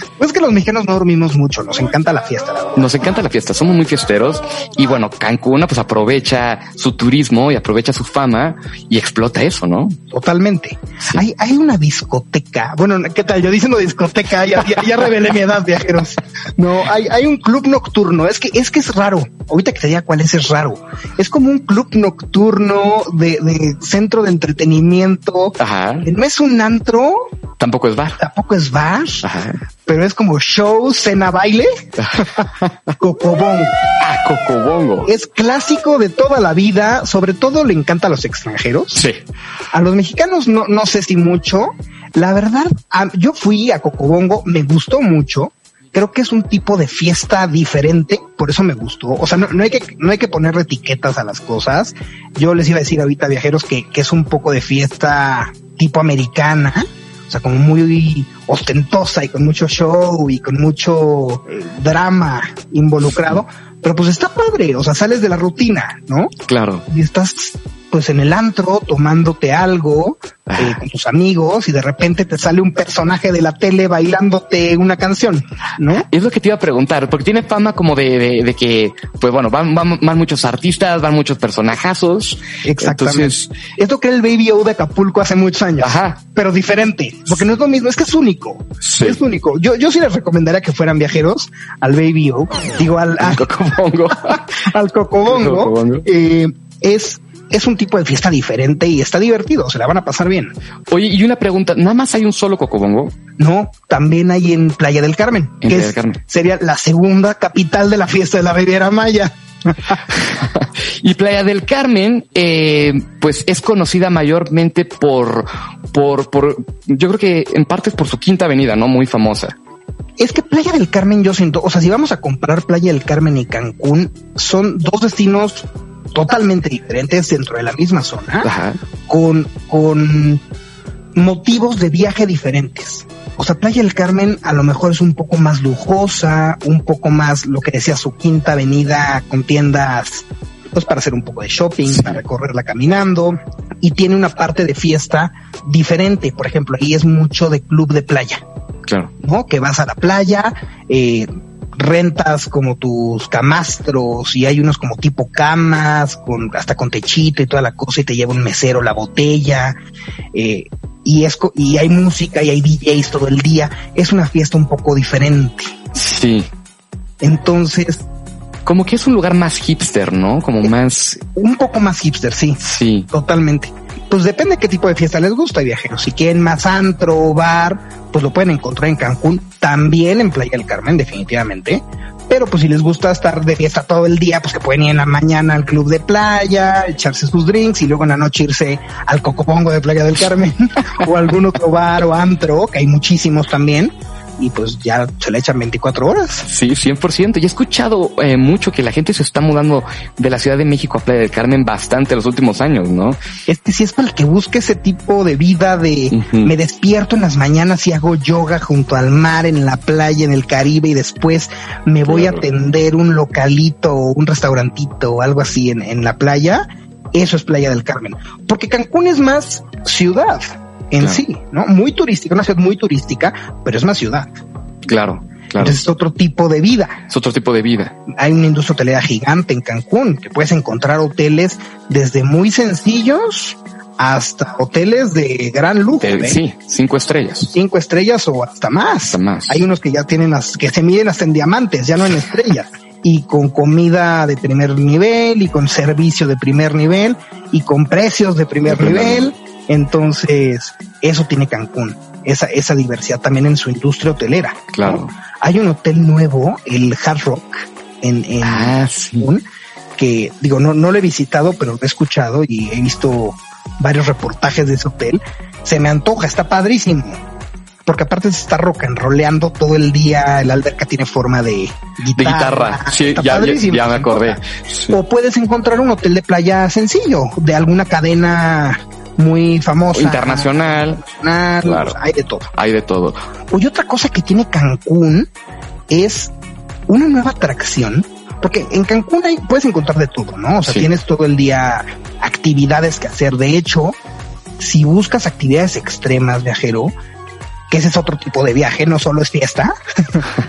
Speaker 1: pues que los mexicanos no dormimos mucho, nos encanta la fiesta, la verdad.
Speaker 2: nos encanta la fiesta, somos muy fiesteros y bueno, Cancún pues aprovecha su turismo y aprovecha su fama y explota eso, ¿no?
Speaker 1: Totalmente. Hay, hay una discoteca. Bueno, ¿qué tal? Yo diciendo discoteca, ya, ya, ya revelé mi edad, viajeros. No, hay, hay un club nocturno. Es que, es que es raro. Ahorita que te diga cuál es, es raro. Es como un club nocturno de, de centro de entretenimiento.
Speaker 2: Ajá.
Speaker 1: que No es un antro,
Speaker 2: Tampoco es bar.
Speaker 1: tampoco es bar,
Speaker 2: Ajá.
Speaker 1: pero es como show, cena, baile, cocobón.
Speaker 2: Ah, Cocobongo.
Speaker 1: Es clásico de toda la vida, sobre todo le encanta a los extranjeros.
Speaker 2: Sí.
Speaker 1: A los mexicanos no, no sé si mucho. La verdad, a- yo fui a Cocobongo, me gustó mucho. Creo que es un tipo de fiesta diferente, por eso me gustó. O sea, no, no hay que no hay que ponerle etiquetas a las cosas. Yo les iba a decir ahorita viajeros que, que es un poco de fiesta tipo americana, o sea, como muy ostentosa y con mucho show y con mucho eh, drama involucrado. Pero pues está padre, o sea, sales de la rutina, ¿no?
Speaker 2: Claro.
Speaker 1: y estás pues en el antro tomándote algo eh, con tus amigos y de repente te sale un personaje de la tele bailándote una canción, ¿no?
Speaker 2: Es lo que te iba a preguntar, porque tiene fama como de, de, de que, pues bueno, van, van, van muchos artistas, van muchos personajazos.
Speaker 1: Exactamente.
Speaker 2: Entonces,
Speaker 1: es lo que era el Baby O de Acapulco hace muchos años,
Speaker 2: Ajá.
Speaker 1: pero diferente, porque no es lo mismo, es que es único,
Speaker 2: Sí.
Speaker 1: es único. Yo, yo sí les recomendaría que fueran viajeros al Baby O, digo al, a-
Speaker 2: Cocobongo.
Speaker 1: al Cocobongo,
Speaker 2: Cocobongo.
Speaker 1: eh, es, es un tipo de fiesta diferente y está divertido, se la van a pasar bien.
Speaker 2: Oye, y una pregunta, ¿nada más hay un solo Cocobongo?
Speaker 1: No, también hay en Playa del Carmen, que
Speaker 2: En Playa
Speaker 1: es-
Speaker 2: del Carmen.
Speaker 1: sería la segunda capital de la fiesta de la Riviera Maya.
Speaker 2: Y Playa del Carmen, eh, pues es conocida mayormente por, por, por, yo creo que en parte es por su quinta avenida, ¿no? Muy famosa.
Speaker 1: Es que Playa del Carmen, yo siento, o sea, si vamos a comparar Playa del Carmen y Cancún, son dos destinos totalmente diferentes dentro de la misma zona,
Speaker 2: Ajá.
Speaker 1: con, con motivos de viaje diferentes. O sea, Playa del Carmen a lo mejor es un poco más lujosa, un poco más lo que decía su quinta avenida con tiendas, pues para hacer un poco de shopping, para recorrerla caminando y tiene una parte de fiesta diferente. Por ejemplo, ahí es mucho de club de playa.
Speaker 2: Claro.
Speaker 1: ¿no? Que vas a la playa, eh, rentas como tus camastros y hay unos como tipo camas, con, hasta con techito y toda la cosa y te lleva un mesero la botella, eh, y es, co- y hay música y hay DJs todo el día. Es una fiesta un poco diferente.
Speaker 2: Sí.
Speaker 1: Entonces,
Speaker 2: Como que es un lugar más hipster, ¿no? Como más,
Speaker 1: un poco más hipster, sí,
Speaker 2: sí.
Speaker 1: totalmente. Pues depende qué tipo de fiesta les gusta, viajeros. Si quieren más antro, bar, pues lo pueden encontrar en Cancún, también en Playa del Carmen, definitivamente. Pero pues si les gusta estar de fiesta todo el día, pues que pueden ir en la mañana al club de playa, echarse sus drinks y luego en la noche irse al Cocopongo de Playa del Carmen o algún otro bar o antro, que hay muchísimos también. Y pues ya se le echan 24 horas.
Speaker 2: Sí, 100%. Y he escuchado eh, mucho que la gente se está mudando de la Ciudad de México a Playa del Carmen bastante los últimos años, ¿no?
Speaker 1: Este sí es para el que busque ese tipo de vida de
Speaker 2: Ujú.
Speaker 1: me despierto en las mañanas y hago yoga junto al mar, en la playa, en el Caribe y después me voy a
Speaker 2: Claro.
Speaker 1: atender un localito o un restaurantito o algo así en, en la playa. Eso es Playa del Carmen. Porque Cancún es más ciudad en
Speaker 2: Claro.
Speaker 1: sí, ¿no? Muy turística, una ciudad muy turística, pero es más ciudad.
Speaker 2: Claro, claro.
Speaker 1: Entonces es otro tipo de vida
Speaker 2: es otro tipo de vida.
Speaker 1: hay una industria hotelera gigante en Cancún, que puedes encontrar hoteles desde muy sencillos hasta hoteles de gran lujo,
Speaker 2: Eh,
Speaker 1: ¿eh?
Speaker 2: sí, cinco estrellas.
Speaker 1: cinco estrellas o hasta más.
Speaker 2: Hasta más.
Speaker 1: Hay unos que ya tienen las que se miden hasta en diamantes, ya no en estrellas. Y con comida de primer nivel y con servicio de primer nivel y con precios de primer,
Speaker 2: De primer
Speaker 1: nivel. Entonces, eso tiene Cancún, esa, esa diversidad también en su industria hotelera. ¿no?
Speaker 2: Claro.
Speaker 1: Hay un hotel nuevo, el Hard Rock, en, en,
Speaker 2: Ah, sí.
Speaker 1: Cancún, que digo, no, no lo he visitado, pero lo he escuchado y he visto varios reportajes de ese hotel. Se me antoja, está padrísimo. Porque aparte se está rock and roleando todo el día, el alberca tiene forma de
Speaker 2: De
Speaker 1: guitarra.
Speaker 2: guitarra. Sí,
Speaker 1: Ah, está
Speaker 2: ya, ya,
Speaker 1: padrísimo,
Speaker 2: ya me
Speaker 1: se
Speaker 2: acordé.
Speaker 1: antoja.
Speaker 2: Sí.
Speaker 1: O puedes encontrar un hotel de playa sencillo, de alguna cadena muy famosa.
Speaker 2: Internacional,
Speaker 1: internacional,
Speaker 2: Claro.
Speaker 1: o sea, hay de todo.
Speaker 2: hay de todo.
Speaker 1: Oye, otra cosa que tiene Cancún es una nueva atracción porque en Cancún hay, puedes encontrar de todo, ¿no? O sea,
Speaker 2: Sí.
Speaker 1: tienes todo el día actividades que hacer. De hecho, si buscas actividades extremas, viajero, que ese es otro tipo de viaje, no solo es fiesta.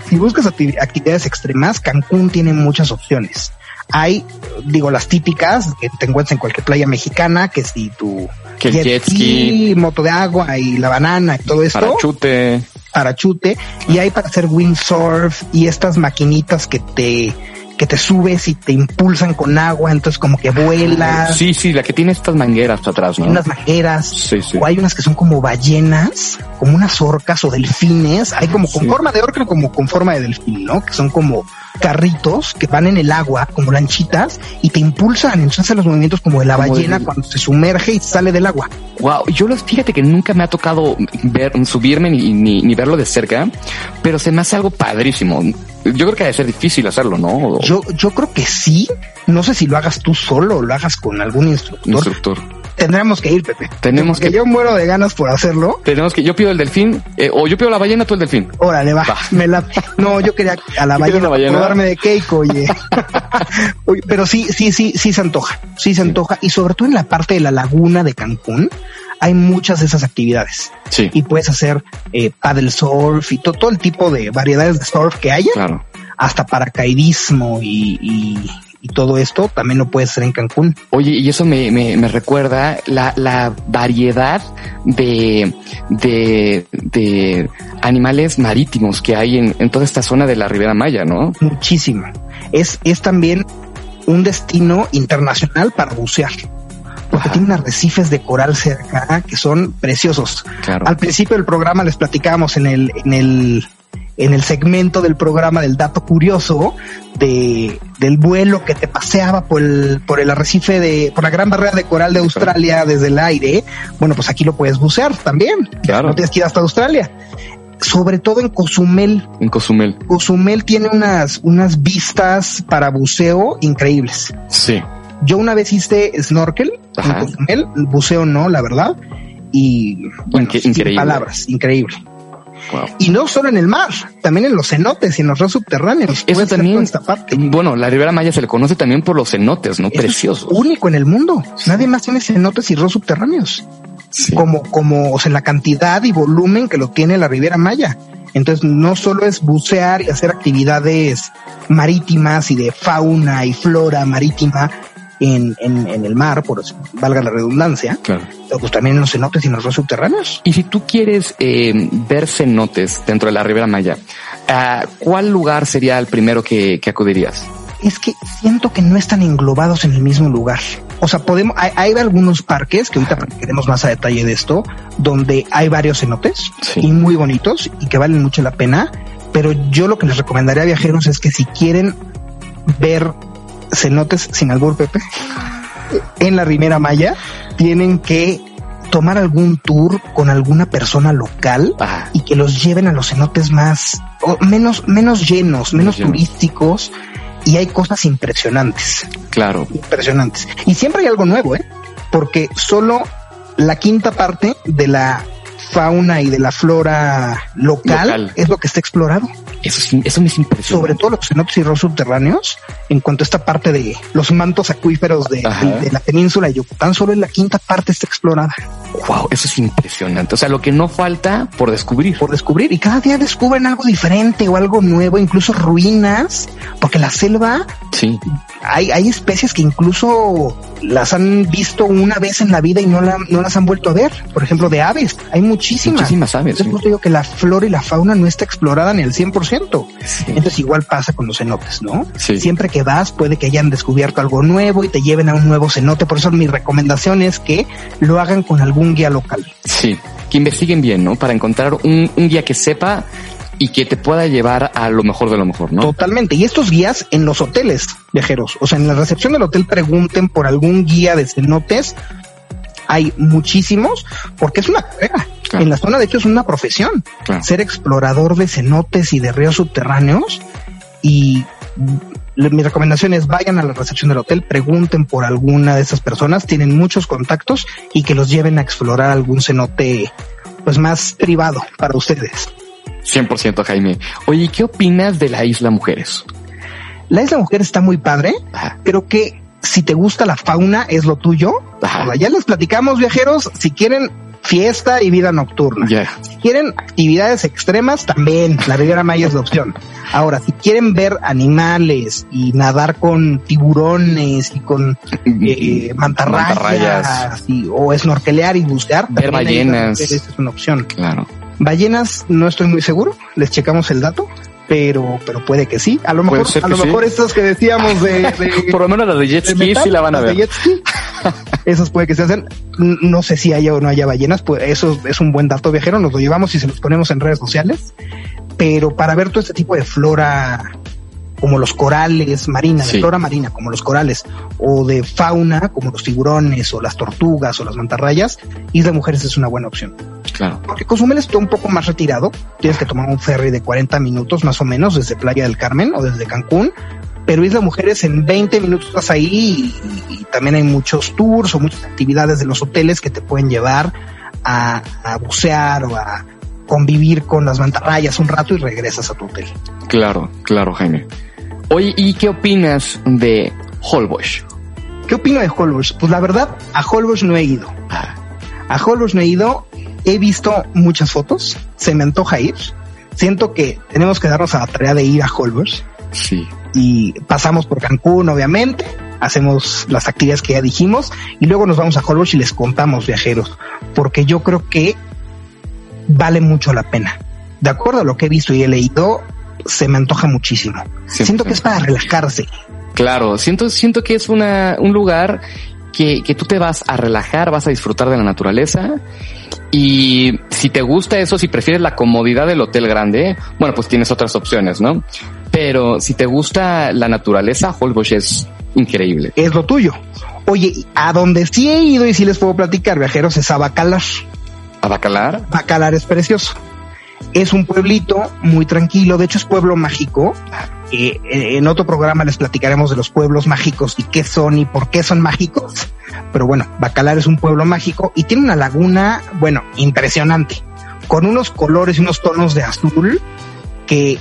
Speaker 1: si buscas acti- actividades extremas, Cancún tiene muchas opciones. Hay, digo, las típicas que te encuentras en cualquier playa mexicana, que si tu
Speaker 2: Que el jet ski,
Speaker 1: moto de agua y la banana y todo esto
Speaker 2: parachute.
Speaker 1: para chute y hay para hacer windsurf y estas maquinitas que te que te subes y te impulsan con agua, entonces como que vuelas,
Speaker 2: Sí, sí, la que tiene estas mangueras atrás, ¿no?
Speaker 1: unas majeras,
Speaker 2: Sí, sí.
Speaker 1: o hay unas que son como ballenas, como unas orcas o delfines, hay como con
Speaker 2: Sí.
Speaker 1: forma de orca o como con forma de delfín, ¿no? Que son como carritos que van en el agua, como lanchitas, y te impulsan, entonces hacen los movimientos como de la
Speaker 2: Como
Speaker 1: ballena
Speaker 2: el-
Speaker 1: cuando se sumerge y sale del agua.
Speaker 2: Wow, yo los fíjate que nunca me ha tocado ver, subirme ni, ni, ni verlo de cerca, pero se me hace algo padrísimo. Yo creo que ha de ser difícil hacerlo, ¿no?
Speaker 1: Yo, yo creo que sí, no sé si lo hagas tú solo o lo hagas con algún instructor,
Speaker 2: instructor.
Speaker 1: Tendremos que ir, Pepe.
Speaker 2: Tenemos
Speaker 1: Porque
Speaker 2: que-
Speaker 1: Yo muero de ganas por hacerlo.
Speaker 2: Tenemos que, yo pido el delfín, eh, o yo pido la ballena, tú el delfín.
Speaker 1: Órale, va.
Speaker 2: Va.
Speaker 1: Me la... No, yo quería a la
Speaker 2: ¿Tú quieres
Speaker 1: ballena,
Speaker 2: la ballena?
Speaker 1: acordarme de Keiko, oye. Uy, pero sí, sí, sí, sí se antoja. Sí se antoja. Y sobre todo en la parte de la laguna de Cancún, hay muchas de esas actividades.
Speaker 2: Sí,
Speaker 1: Y puedes hacer eh, paddle surf y to- todo el tipo de variedades de surf que haya,
Speaker 2: claro.
Speaker 1: hasta paracaidismo y, y- y todo esto también lo puedes hacer en Cancún.
Speaker 2: Oye, y eso me, me, me recuerda la, la variedad de, de, de animales marítimos que hay en, en toda esta zona de la Ribera Maya, ¿no?
Speaker 1: muchísimo. Es, es también un destino internacional para bucear, porque
Speaker 2: Ajá.
Speaker 1: tiene unos arrecifes de coral cerca que son preciosos.
Speaker 2: Claro.
Speaker 1: Al principio del programa les platicábamos en el, en el, en el segmento del programa del dato curioso de, del vuelo que te paseaba por el, por el arrecife de, por la gran barrera de coral de Australia desde el aire. Bueno, pues aquí lo puedes bucear también.
Speaker 2: Claro.
Speaker 1: No tienes que ir hasta Australia. Sobre todo en Cozumel,
Speaker 2: En Cozumel.
Speaker 1: Cozumel tiene unas, unas vistas para buceo increíbles.
Speaker 2: Sí.
Speaker 1: Yo una vez hice snorkel
Speaker 2: Ajá.
Speaker 1: en Cozumel, buceo no, la verdad, y bueno,
Speaker 2: Inque-
Speaker 1: sin
Speaker 2: increíble.
Speaker 1: palabras, increíble.
Speaker 2: Wow.
Speaker 1: Y no solo en el mar, también en los cenotes y en los ríos subterráneos.
Speaker 2: Eso
Speaker 1: Puedes hacer
Speaker 2: también,
Speaker 1: toda esta parte.
Speaker 2: bueno, la Ribera Maya se le conoce también por los cenotes, ¿no?
Speaker 1: Eso es
Speaker 2: Preciosos.
Speaker 1: Único en el mundo. Nadie más tiene cenotes y ríos subterráneos.
Speaker 2: Sí.
Speaker 1: como, como, o sea, la cantidad y volumen que lo tiene la Riviera Maya. Entonces, no solo es bucear y hacer actividades marítimas y de fauna y flora marítima en, en, en el mar, por así- valga la redundancia,
Speaker 2: Claro.
Speaker 1: pero, pues también en los cenotes y en los ríos subterráneos.
Speaker 2: Y si tú quieres eh, ver cenotes dentro de la Ribera Maya, ¿a cuál lugar sería el primero que, que acudirías?
Speaker 1: Es que siento que no están englobados en el mismo lugar. O sea, podemos, hay, hay algunos parques que ahorita platicaremos más a detalle de esto, donde hay varios cenotes
Speaker 2: Sí.
Speaker 1: y muy bonitos y que valen mucho la pena. Pero yo lo que les recomendaría a viajeros es que si quieren ver cenotes sin albur, Pepe, en la Ribera Maya, tienen que tomar algún tour con alguna persona local
Speaker 2: Ah,
Speaker 1: y que los lleven a los cenotes más o menos, menos llenos, menos
Speaker 2: llenos.
Speaker 1: turísticos. Y hay cosas impresionantes
Speaker 2: claro.
Speaker 1: impresionantes. Y siempre hay algo nuevo, ¿eh? Porque solo la quinta parte de la fauna y de la flora local,
Speaker 2: Local.
Speaker 1: es lo que está explorado.
Speaker 2: Eso, es- eso me es impresionante.
Speaker 1: Sobre todo los cenotes y ríos subterráneos, en cuanto a esta parte de los mantos acuíferos de,
Speaker 2: Ajá.
Speaker 1: de la península de Yucatán, solo en la quinta parte está explorada
Speaker 2: Wow, eso es impresionante. O sea, lo que no falta por descubrir.
Speaker 1: por descubrir. Y cada día descubren algo diferente o algo nuevo, incluso ruinas, porque la selva
Speaker 2: Sí,
Speaker 1: hay, hay especies que incluso las han visto una vez en la vida y no, la- no las han vuelto a ver. Por ejemplo, de aves. Hay muchísimas.
Speaker 2: muchísimas aves.
Speaker 1: Entonces, justo digo que la flora y la fauna no está explorada en el 100%.
Speaker 2: Sí,
Speaker 1: Entonces, igual pasa con los cenotes, ¿no?
Speaker 2: sí.
Speaker 1: Siempre que vas, puede que hayan descubierto algo nuevo y te lleven a un nuevo cenote. Por eso, mi recomendación es que lo hagan con algún guía local.
Speaker 2: Sí, que investiguen bien, ¿no? Para encontrar un, un guía que sepa y que te pueda llevar a lo mejor de lo mejor, ¿no?
Speaker 1: Totalmente. Y estos guías en los hoteles, viajeros. O sea, en la recepción del hotel pregunten por algún guía de cenotes. Hay muchísimos porque es una carrera.
Speaker 2: Claro.
Speaker 1: En la zona, de hecho, es una profesión.
Speaker 2: Claro.
Speaker 1: Ser explorador de cenotes y de ríos subterráneos. Y mm, le- mi recomendación es vayan a la recepción del hotel, pregunten por alguna de esas personas. Tienen muchos contactos y que los lleven a explorar algún cenote pues más privado para ustedes.
Speaker 2: 100% Jaime. Oye, ¿qué opinas de la Isla Mujeres?
Speaker 1: La Isla Mujeres está muy padre.
Speaker 2: Ajá.
Speaker 1: Creo que si te gusta la fauna es lo tuyo.
Speaker 2: Ajá.
Speaker 1: Ahora, ya les platicamos, viajeros, si quieren fiesta y vida nocturna.
Speaker 2: Ya.
Speaker 1: Si quieren actividades extremas, también la Riviera Maya es la opción. Ahora, si quieren ver animales y nadar con tiburones y con eh, mantarrayas,
Speaker 2: Mantarrayas.
Speaker 1: y- o esnorkelear y buscar,
Speaker 2: Ver
Speaker 1: también ahí
Speaker 2: ballenas.
Speaker 1: Esa es una opción.
Speaker 2: Claro.
Speaker 1: Ballenas, no estoy muy seguro, les checamos el dato, pero, pero puede que sí. A lo
Speaker 2: Puede
Speaker 1: mejor,
Speaker 2: ser
Speaker 1: a
Speaker 2: que
Speaker 1: lo
Speaker 2: sí.
Speaker 1: mejor estos que decíamos de, de-
Speaker 2: Por lo menos la de jet
Speaker 1: de
Speaker 2: ski
Speaker 1: metal,
Speaker 2: sí la van a
Speaker 1: las de
Speaker 2: ver.
Speaker 1: jet ski. Esas puede que se hacen. N- No sé si haya o no haya ballenas, pues eso es un buen dato viajero, nos lo llevamos y se los ponemos en redes sociales. Pero para ver todo este tipo de flora, como los corales marina,
Speaker 2: Sí.
Speaker 1: de flora marina, como los corales, o de fauna, como los tiburones, o las tortugas, o las mantarrayas, Isla Mujeres es una buena opción.
Speaker 2: Claro.
Speaker 1: Porque Cozumel está un poco más retirado, tienes que tomar un ferry de 40 minutos más o menos desde Playa del Carmen o desde Cancún, pero Isla Mujeres en 20 minutos estás ahí y, y también hay muchos tours o muchas actividades de los hoteles que te pueden llevar a, a bucear o a convivir con las mantarrayas un rato y regresas a tu hotel.
Speaker 2: Claro, claro, Jaime. Oye, ¿y qué opinas de Holbox?
Speaker 1: ¿Qué opino de Holbox? Pues la verdad, a Holbox no he ido. A Holbox no he ido, he visto muchas fotos, se me antoja ir. Siento que tenemos que darnos a la tarea de ir a Holbox.
Speaker 2: Sí.
Speaker 1: y pasamos por Cancún, obviamente, hacemos las actividades que ya dijimos y luego nos vamos a Holbox y les contamos viajeros, porque yo creo que vale mucho la pena. De acuerdo a lo que he visto y he leído, se me antoja muchísimo.
Speaker 2: Sí,
Speaker 1: Siento
Speaker 2: sí.
Speaker 1: que es para relajarse.
Speaker 2: Claro, siento, siento que es una, un lugar que, que tú te vas a relajar, vas a disfrutar de la naturaleza. Y si te gusta eso, si prefieres la comodidad del hotel grande, bueno, pues tienes otras opciones, ¿no? Pero si te gusta la naturaleza, Holbox es increíble.
Speaker 1: Es lo tuyo. Oye, a donde sí he ido y sí les puedo platicar, viajeros, es a Bacalar.
Speaker 2: ¿A Bacalar?
Speaker 1: Bacalar es precioso. Es un pueblito muy tranquilo, de hecho es pueblo mágico. Eh, eh, en otro programa les platicaremos de los pueblos mágicos y qué son y por qué son mágicos. Pero bueno, Bacalar es un pueblo mágico y tiene una laguna, bueno, impresionante, con unos colores y unos tonos de azul que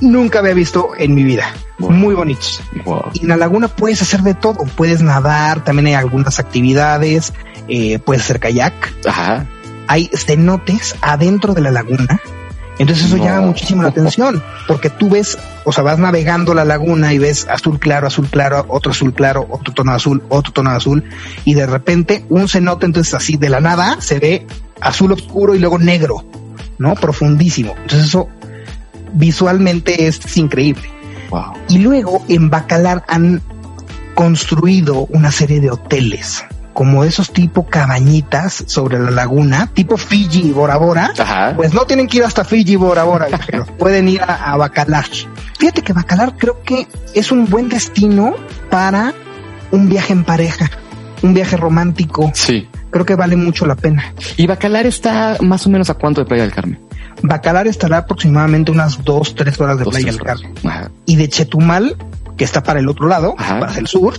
Speaker 1: nunca había visto en mi vida.
Speaker 2: Bueno.
Speaker 1: Muy bonitos.
Speaker 2: Wow.
Speaker 1: Y en la laguna puedes hacer de todo, puedes nadar, también hay algunas actividades, eh, puedes hacer kayak
Speaker 2: Ajá.
Speaker 1: hay cenotes adentro de la laguna. Entonces eso
Speaker 2: No.
Speaker 1: llama muchísimo la atención, porque tú ves, o sea, vas navegando la laguna y ves azul claro, azul claro, otro azul claro, otro tono de azul, otro tono de azul, y de repente un cenote, entonces así de la nada, se ve azul oscuro y luego negro, ¿no? Profundísimo. Entonces eso visualmente es increíble.
Speaker 2: Wow.
Speaker 1: Y luego en Bacalar han construido una serie de hoteles, como esos tipo cabañitas sobre la laguna, tipo Fiji y Bora Bora.
Speaker 2: Ajá.
Speaker 1: Pues no tienen que ir hasta Fiji y Bora Bora, viajeros. pueden ir a, a Bacalar. Fíjate que Bacalar creo que es un buen destino para un viaje en pareja, un viaje romántico.
Speaker 2: Sí.
Speaker 1: Creo que vale mucho la pena.
Speaker 2: ¿Y Bacalar está más o menos a cuánto de Playa del Carmen?
Speaker 1: Bacalar estará aproximadamente unas dos, tres horas de
Speaker 2: Dos,
Speaker 1: Playa
Speaker 2: tres
Speaker 1: del
Speaker 2: horas.
Speaker 1: Carmen.
Speaker 2: Ajá.
Speaker 1: y de Chetumal, que está para el otro lado,
Speaker 2: Ajá.
Speaker 1: para el sur,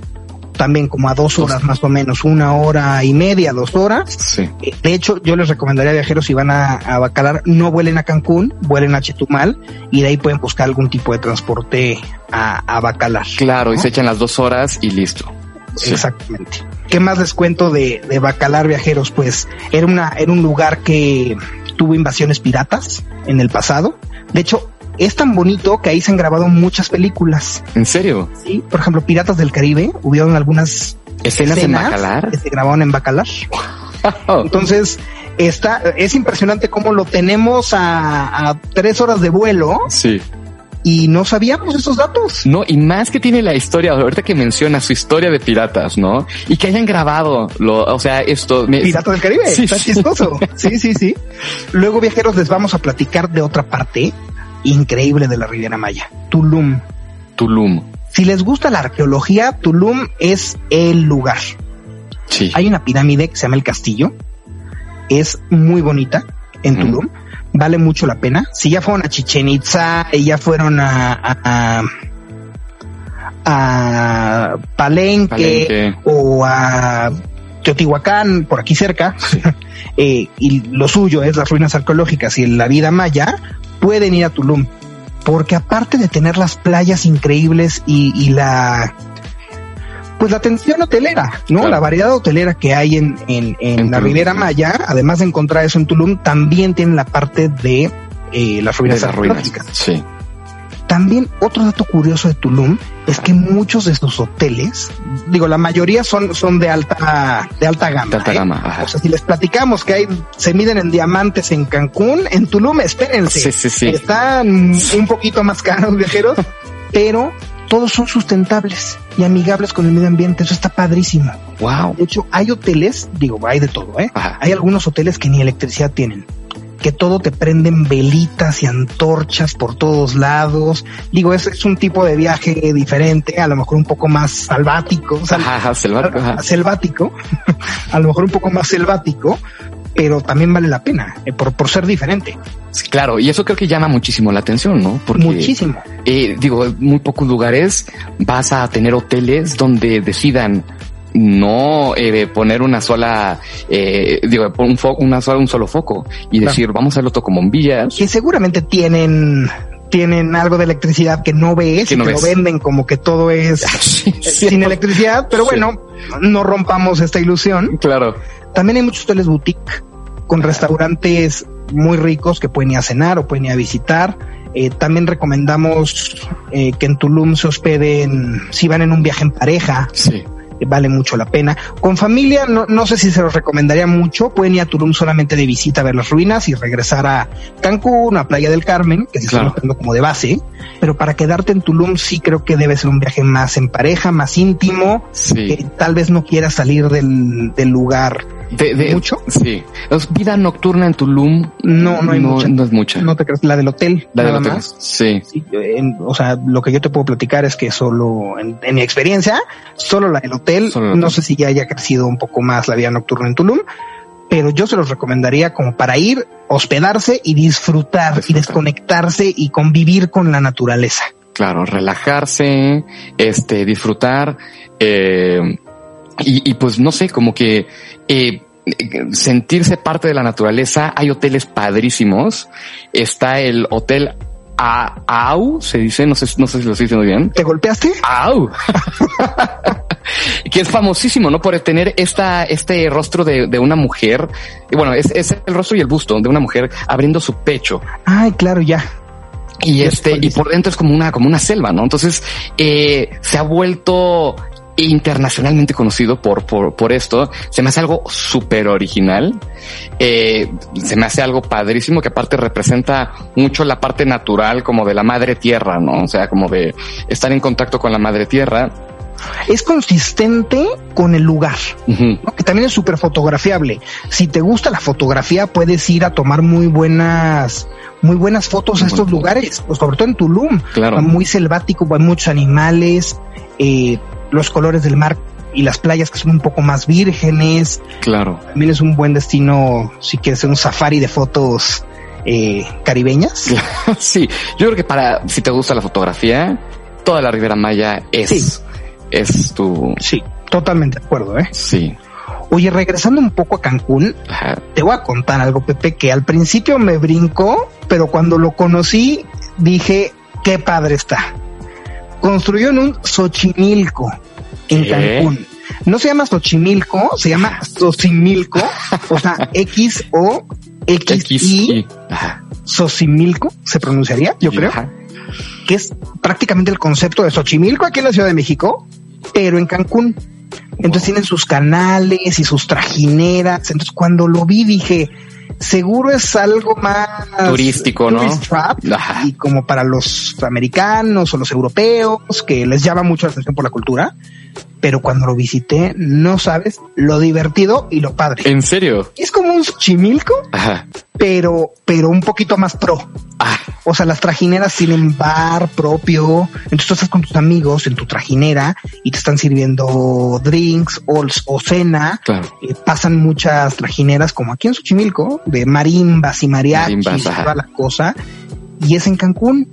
Speaker 1: también como a dos horas más o menos, una hora y media, dos horas.
Speaker 2: Sí.
Speaker 1: Eh, De hecho, yo les recomendaría a viajeros si van a, a Bacalar, no vuelen a Cancún, vuelen a Chetumal y de ahí pueden buscar algún tipo de transporte a, a Bacalar.
Speaker 2: Claro, y
Speaker 1: ¿no?
Speaker 2: se echan las dos horas y listo. Sí.
Speaker 1: Exactamente. ¿Qué más les cuento de, de Bacalar Viajeros? Pues era, una, era un lugar que tuvo invasiones piratas en el pasado. De hecho, es tan bonito que ahí se han grabado muchas películas.
Speaker 2: ¿En serio?
Speaker 1: Sí, por ejemplo, Piratas del Caribe, hubieron algunas
Speaker 2: ¿Escenas,
Speaker 1: escenas
Speaker 2: en Bacalar?
Speaker 1: que se grabaron en Bacalar.
Speaker 2: Oh,
Speaker 1: Entonces, está, es impresionante cómo lo tenemos a, a tres horas de vuelo
Speaker 2: sí.
Speaker 1: y no sabíamos esos datos.
Speaker 2: No, y más que tiene la historia, ahorita que menciona su historia de piratas, ¿no? Y que hayan grabado lo, o sea, esto me-
Speaker 1: Piratas del Caribe,
Speaker 2: Sí,
Speaker 1: está
Speaker 2: sí.
Speaker 1: chistoso. Sí, sí, sí. Luego, viajeros, les vamos a platicar de otra parte increíble de la Riviera Maya, Tulum.
Speaker 2: Tulum.
Speaker 1: Si les gusta la arqueología, Tulum es el lugar.
Speaker 2: Sí.
Speaker 1: Hay una pirámide que se llama el castillo. Es muy bonita en
Speaker 2: Ujú.
Speaker 1: Tulum. Vale mucho la pena. Si ya fueron a Chichen Itza y ya fueron a, a, a- a Palenque,
Speaker 2: Palenque.
Speaker 1: o a Teotihuacán, por aquí cerca, eh, y lo suyo es las ruinas arqueológicas y la vida maya, pueden ir a Tulum. Porque aparte de tener las playas increíbles y, y la pues la atención hotelera, ¿no?
Speaker 2: Claro.
Speaker 1: La variedad hotelera que hay en, en, en
Speaker 2: En
Speaker 1: la
Speaker 2: Tulum,
Speaker 1: Riviera
Speaker 2: sí.
Speaker 1: Maya, además de encontrar eso en Tulum, también tienen la parte de eh, las
Speaker 2: de
Speaker 1: ruinas
Speaker 2: las ruinas.
Speaker 1: arqueológicas.
Speaker 2: Sí.
Speaker 1: También otro dato curioso de Tulum es que muchos de sus hoteles, digo, la mayoría son, son de alta, de alta gama.
Speaker 2: De alta
Speaker 1: ¿eh?
Speaker 2: gama, ajá.
Speaker 1: O sea, si les platicamos que hay, se miden en diamantes en Cancún, en Tulum, espérense.
Speaker 2: Sí, sí, sí.
Speaker 1: Están un poquito más caros viajeros, pero todos son sustentables y amigables con el medio ambiente. Eso está padrísimo.
Speaker 2: Wow.
Speaker 1: De hecho, hay hoteles, digo, hay de todo, ¿eh?
Speaker 2: Ajá.
Speaker 1: Hay algunos hoteles que ni electricidad tienen, que todo te prenden velitas y antorchas por todos lados. Digo, es, es un tipo de viaje diferente, a lo mejor un poco más salvático, o sea,
Speaker 2: Ajá, ajá, selvático, ajá.
Speaker 1: selvático, a lo mejor un poco más selvático, pero también vale la pena eh, por, por ser diferente.
Speaker 2: Sí, claro, y eso creo que llama muchísimo la atención, ¿no? Porque
Speaker 1: Muchísimo.
Speaker 2: eh, digo, en muy pocos lugares vas a tener hoteles donde decidan no eh, poner una sola, eh, digo, pon un, fo- una sola, un solo foco y
Speaker 1: Claro.
Speaker 2: decir, vamos a hacerlo todo con bombillas.
Speaker 1: Que seguramente tienen, tienen algo de electricidad que no ves
Speaker 2: Que
Speaker 1: y
Speaker 2: no
Speaker 1: que lo
Speaker 2: ves.
Speaker 1: venden como que todo es
Speaker 2: Sí,
Speaker 1: eh,
Speaker 2: sí.
Speaker 1: sin electricidad, pero
Speaker 2: Sí.
Speaker 1: bueno, no rompamos esta ilusión.
Speaker 2: Claro.
Speaker 1: También hay muchos hoteles boutique con restaurantes muy ricos que pueden ir a cenar o pueden ir a visitar. Eh, también recomendamos eh, que en Tulum se hospeden, si van en un viaje en pareja,
Speaker 2: Sí.
Speaker 1: eh, vale mucho la pena. Con familia, no, no sé si se los recomendaría mucho. Pueden ir a Tulum solamente de visita a ver las ruinas y regresar a Cancún, a Playa del Carmen, que se
Speaker 2: Claro.
Speaker 1: están usando como de base. Pero para quedarte en Tulum sí creo que debe ser un viaje más en pareja, más íntimo,
Speaker 2: Sí.
Speaker 1: que tal vez no quieras salir del, del lugar
Speaker 2: De, de-
Speaker 1: ¿Mucho?
Speaker 2: Sí. Es vida nocturna en Tulum.
Speaker 1: No, no hay mucha.
Speaker 2: No es mucha.
Speaker 1: No te creas, la del hotel.
Speaker 2: la de
Speaker 1: nada
Speaker 2: los
Speaker 1: más.
Speaker 2: hoteles. Sí.
Speaker 1: Sí, en- o sea, lo que yo te puedo platicar es que solo, en, en mi experiencia, solo la del hotel.
Speaker 2: Solo la
Speaker 1: no
Speaker 2: hotel.
Speaker 1: sé si ya haya crecido un poco más la vida nocturna en Tulum, pero yo se los recomendaría como para ir, hospedarse y disfrutar y
Speaker 2: Disfrutar.
Speaker 1: desconectarse y convivir con la naturaleza.
Speaker 2: Claro, relajarse, este, disfrutar, eh, y, y pues no sé, como que eh, sentirse parte de la naturaleza. Hay hoteles padrísimos. Está el hotel A- AAU, se dice, no sé, no sé si lo estoy diciendo bien.
Speaker 1: ¿Te golpeaste?
Speaker 2: ¡Au! que es famosísimo, ¿no? Por tener esta, este rostro de, de una mujer. Y bueno, es, es el rostro y el busto de una mujer abriendo su pecho.
Speaker 1: Ay, claro, ya.
Speaker 2: Y
Speaker 1: Ya
Speaker 2: este,
Speaker 1: sé cuál
Speaker 2: y
Speaker 1: es.
Speaker 2: por dentro es como una, como una selva, ¿no? Entonces, eh, se ha vuelto internacionalmente conocido por, por, por esto. Se me hace algo súper original. Eh, se me hace algo padrísimo que aparte representa mucho la parte natural como de la madre tierra, ¿no? O sea, como de estar en contacto con la madre tierra.
Speaker 1: Es consistente con el lugar.
Speaker 2: Ujú.
Speaker 1: ¿no? que también es súper fotografiable. Si te gusta la fotografía, puedes ir a tomar muy buenas, muy buenas fotos a
Speaker 2: Muy
Speaker 1: estos
Speaker 2: buenas
Speaker 1: lugares, o sobre todo en Tulum.
Speaker 2: Claro.
Speaker 1: Muy selvático, hay muchos animales, eh, los colores del mar y las playas que son un poco más vírgenes.
Speaker 2: Claro.
Speaker 1: También es un buen destino si quieres hacer un safari de fotos eh, caribeñas.
Speaker 2: sí, yo creo que para, si te gusta la fotografía, toda la Ribera Maya es,
Speaker 1: Sí.
Speaker 2: es tu,
Speaker 1: Sí, totalmente de acuerdo. ¿eh?
Speaker 2: sí.
Speaker 1: Oye, regresando un poco a Cancún,
Speaker 2: Ajá.
Speaker 1: te voy a contar algo, Pepe, que al principio me brincó, pero cuando lo conocí dije, qué padre está. Construyó en un Xochimilco, en
Speaker 2: ¿Qué?
Speaker 1: Cancún. No se llama Xochimilco, se llama Xochimilco, o sea, X O X I
Speaker 2: XI. Ajá.
Speaker 1: Xochimilco se pronunciaría, yo creo,
Speaker 2: Ajá.
Speaker 1: que es prácticamente el concepto de Xochimilco aquí en la Ciudad de México, pero en Cancún. Entonces tienen sus canales y sus trajineras. Entonces cuando lo vi dije, seguro es algo más
Speaker 2: Turístico, ¿no?
Speaker 1: tourist trap,
Speaker 2: Ajá.
Speaker 1: y como para los americanos o los europeos que les llama mucho la atención por la cultura. Pero cuando lo visité, no sabes lo divertido y lo padre.
Speaker 2: ¿En serio?
Speaker 1: Es como un chimilco,
Speaker 2: Ajá.
Speaker 1: pero, pero un poquito más pro.
Speaker 2: Ah,
Speaker 1: O sea, las trajineras tienen bar propio. Entonces tú estás con tus amigos en tu trajinera y te están sirviendo drinks o, o cena.
Speaker 2: claro.
Speaker 1: Eh, pasan muchas trajineras, como aquí en Xochimilco, de marimbas y mariachis
Speaker 2: Marimbas,
Speaker 1: y
Speaker 2: ajá.
Speaker 1: toda la cosa. Y es en Cancún.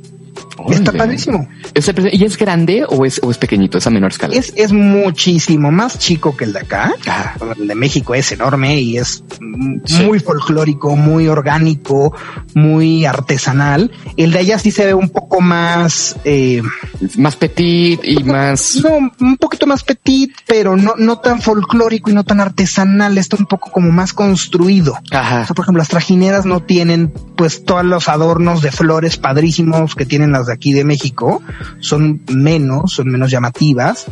Speaker 1: Está
Speaker 2: Órale.
Speaker 1: padrísimo.
Speaker 2: Ese pre- ¿Y es grande o es, o es pequeñito? Es a menor escala.
Speaker 1: Es, es muchísimo más chico que el de acá.
Speaker 2: Ah,
Speaker 1: El de México es enorme y es mm,
Speaker 2: Sí.
Speaker 1: muy folclórico, muy orgánico, muy artesanal. El de allá sí se ve un poco más, eh,
Speaker 2: es más petit y más...
Speaker 1: no, un poquito más petit, pero no, no tan folclórico y no tan artesanal. Está un poco como más construido. O
Speaker 2: Ajá.
Speaker 1: sea, por ejemplo, las trajineras no tienen pues todos los adornos de flores padrísimos que tienen las de aquí de México. Son menos, son menos llamativas,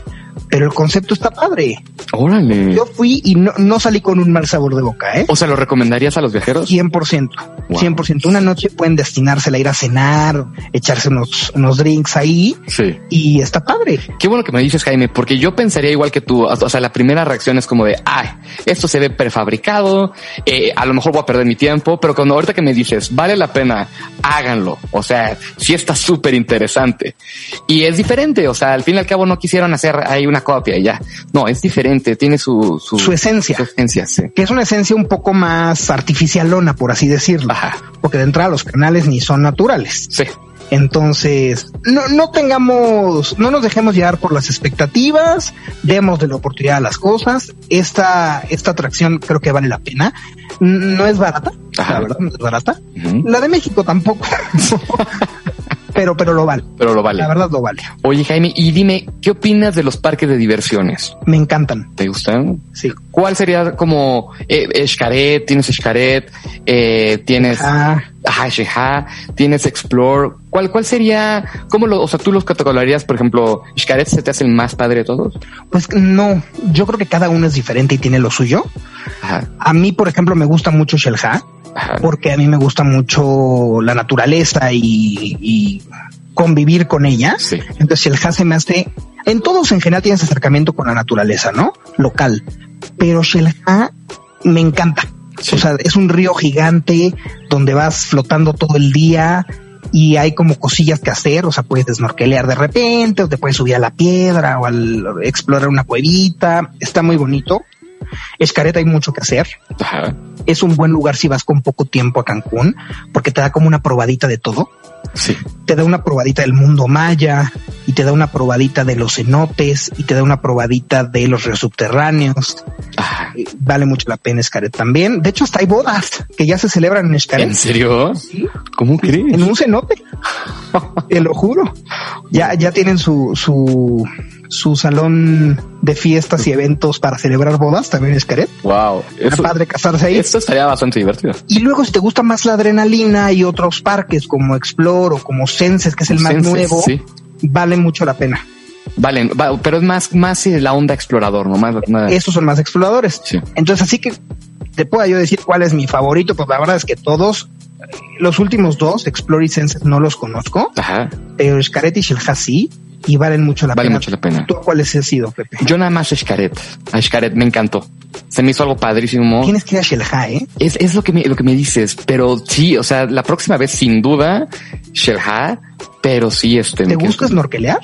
Speaker 1: pero el concepto está padre.
Speaker 2: Órale.
Speaker 1: Yo fui y no, no salí con un mal sabor de boca, ¿eh?
Speaker 2: O sea, ¿lo recomendarías a los viajeros?
Speaker 1: 100%,
Speaker 2: Wow.
Speaker 1: 100%. Una noche pueden destinársela a ir a cenar, echarse unos, unos drinks ahí
Speaker 2: Sí.
Speaker 1: y está padre.
Speaker 2: Qué bueno que me dices, Jaime, porque yo pensaría igual que tú. O o sea, la primera reacción es como de, ay, esto se ve prefabricado, eh, a lo mejor voy a perder mi tiempo, pero cuando ahorita que me dices, vale la pena, háganlo. O sea, sí está súper interesante. Y es diferente, o sea, al fin y al cabo no quisieron hacer ahí una copia y ya. No, es diferente, tiene su... Su,
Speaker 1: Su esencia.
Speaker 2: su esencia, sí.
Speaker 1: que es una esencia un poco más artificialona, por así decirlo,
Speaker 2: Ajá.
Speaker 1: porque de entrada los canales ni son naturales.
Speaker 2: Sí.
Speaker 1: Entonces, no, no tengamos, no nos dejemos llevar por las expectativas, demos de la oportunidad a las cosas. Esta, esta atracción creo que vale la pena. N- No es barata,
Speaker 2: Ajá. ¿Mm?
Speaker 1: la verdad, no es barata.
Speaker 2: Ujú.
Speaker 1: La de México tampoco, pero, pero lo vale.
Speaker 2: Pero lo vale.
Speaker 1: La verdad lo vale.
Speaker 2: Oye, Jaime, y dime, ¿qué opinas de los parques de diversiones?
Speaker 1: Me encantan.
Speaker 2: ¿Te gustan?
Speaker 1: Sí.
Speaker 2: ¿Cuál sería como eh, Xcaret? Tienes Xcaret, eh, tienes
Speaker 1: Ah,
Speaker 2: ajá, Xejá, tienes Explore. ¿Cuál, cuál sería? ¿Cómo lo, o sea, tú los categorizarías, por ejemplo, Xcaret se te hace el más padre de todos?
Speaker 1: pues no, yo creo que cada uno es diferente y tiene lo suyo.
Speaker 2: Ajá,
Speaker 1: A mí, por ejemplo, me gusta mucho Shelha.
Speaker 2: ajá.
Speaker 1: porque a mí me gusta mucho la naturaleza y, y convivir con ella.
Speaker 2: Sí.
Speaker 1: Entonces, el Shellha se me hace, en todos en general tienes acercamiento con la naturaleza, ¿no? Local. Pero Shelha me encanta.
Speaker 2: Sí.
Speaker 1: O sea, es un río gigante donde vas flotando todo el día y hay como cosillas que hacer. O sea, puedes snorkelear de repente o te puedes subir a la piedra o al explorar una cuevita. Está muy bonito. Escareta hay mucho que hacer
Speaker 2: Ajá.
Speaker 1: es un buen lugar si vas con poco tiempo a Cancún, porque te da como una probadita de todo.
Speaker 2: Sí.
Speaker 1: Te da una probadita del mundo maya y te da una probadita de los cenotes y te da una probadita de los ríos subterráneos.
Speaker 2: Ajá.
Speaker 1: Eh, Vale mucho la pena Escaret también. De hecho, hasta hay bodas que ya se celebran en
Speaker 2: ¿En
Speaker 1: Escaret.
Speaker 2: serio?
Speaker 1: Sí,
Speaker 2: ¿Cómo crees?
Speaker 1: En un cenote. Te lo juro. Ya, ya tienen su, su, su salón de fiestas y eventos para celebrar bodas también en Escaret.
Speaker 2: Wow.
Speaker 1: Era
Speaker 2: Eso,
Speaker 1: padre casarse ahí.
Speaker 2: esto estaría bastante divertido.
Speaker 1: Y luego, si te gusta más la adrenalina y otros parques como Explore o como Senses, que es el más
Speaker 2: Senses,
Speaker 1: nuevo,
Speaker 2: Sí.
Speaker 1: vale mucho la pena.
Speaker 2: Vale, va- pero es más, más eh, la onda explorador, ¿no? Más, más-
Speaker 1: Esos son más exploradores.
Speaker 2: Sí.
Speaker 1: Entonces, así que te pueda yo decir cuál es mi favorito, pues la verdad es que todos, eh, los últimos dos, Explore y Senses, no los conozco,
Speaker 2: Ajá.
Speaker 1: pero Xcaret y Shilha sí, y valen mucho la
Speaker 2: Vale
Speaker 1: pena.
Speaker 2: mucho la pena.
Speaker 1: ¿Tú cuáles han sido, Pepe?
Speaker 2: Yo nada más Xcaret. A Xcaret me encantó. Se me hizo algo padrísimo.
Speaker 1: Tienes que ir a Shilha, ¿eh?
Speaker 2: Es, es lo que me, lo que me dices, pero sí, o sea, la próxima vez sin duda, Sherha, pero sí este.
Speaker 1: ¿Te
Speaker 2: me quedo
Speaker 1: gusta
Speaker 2: con-
Speaker 1: snorkelear?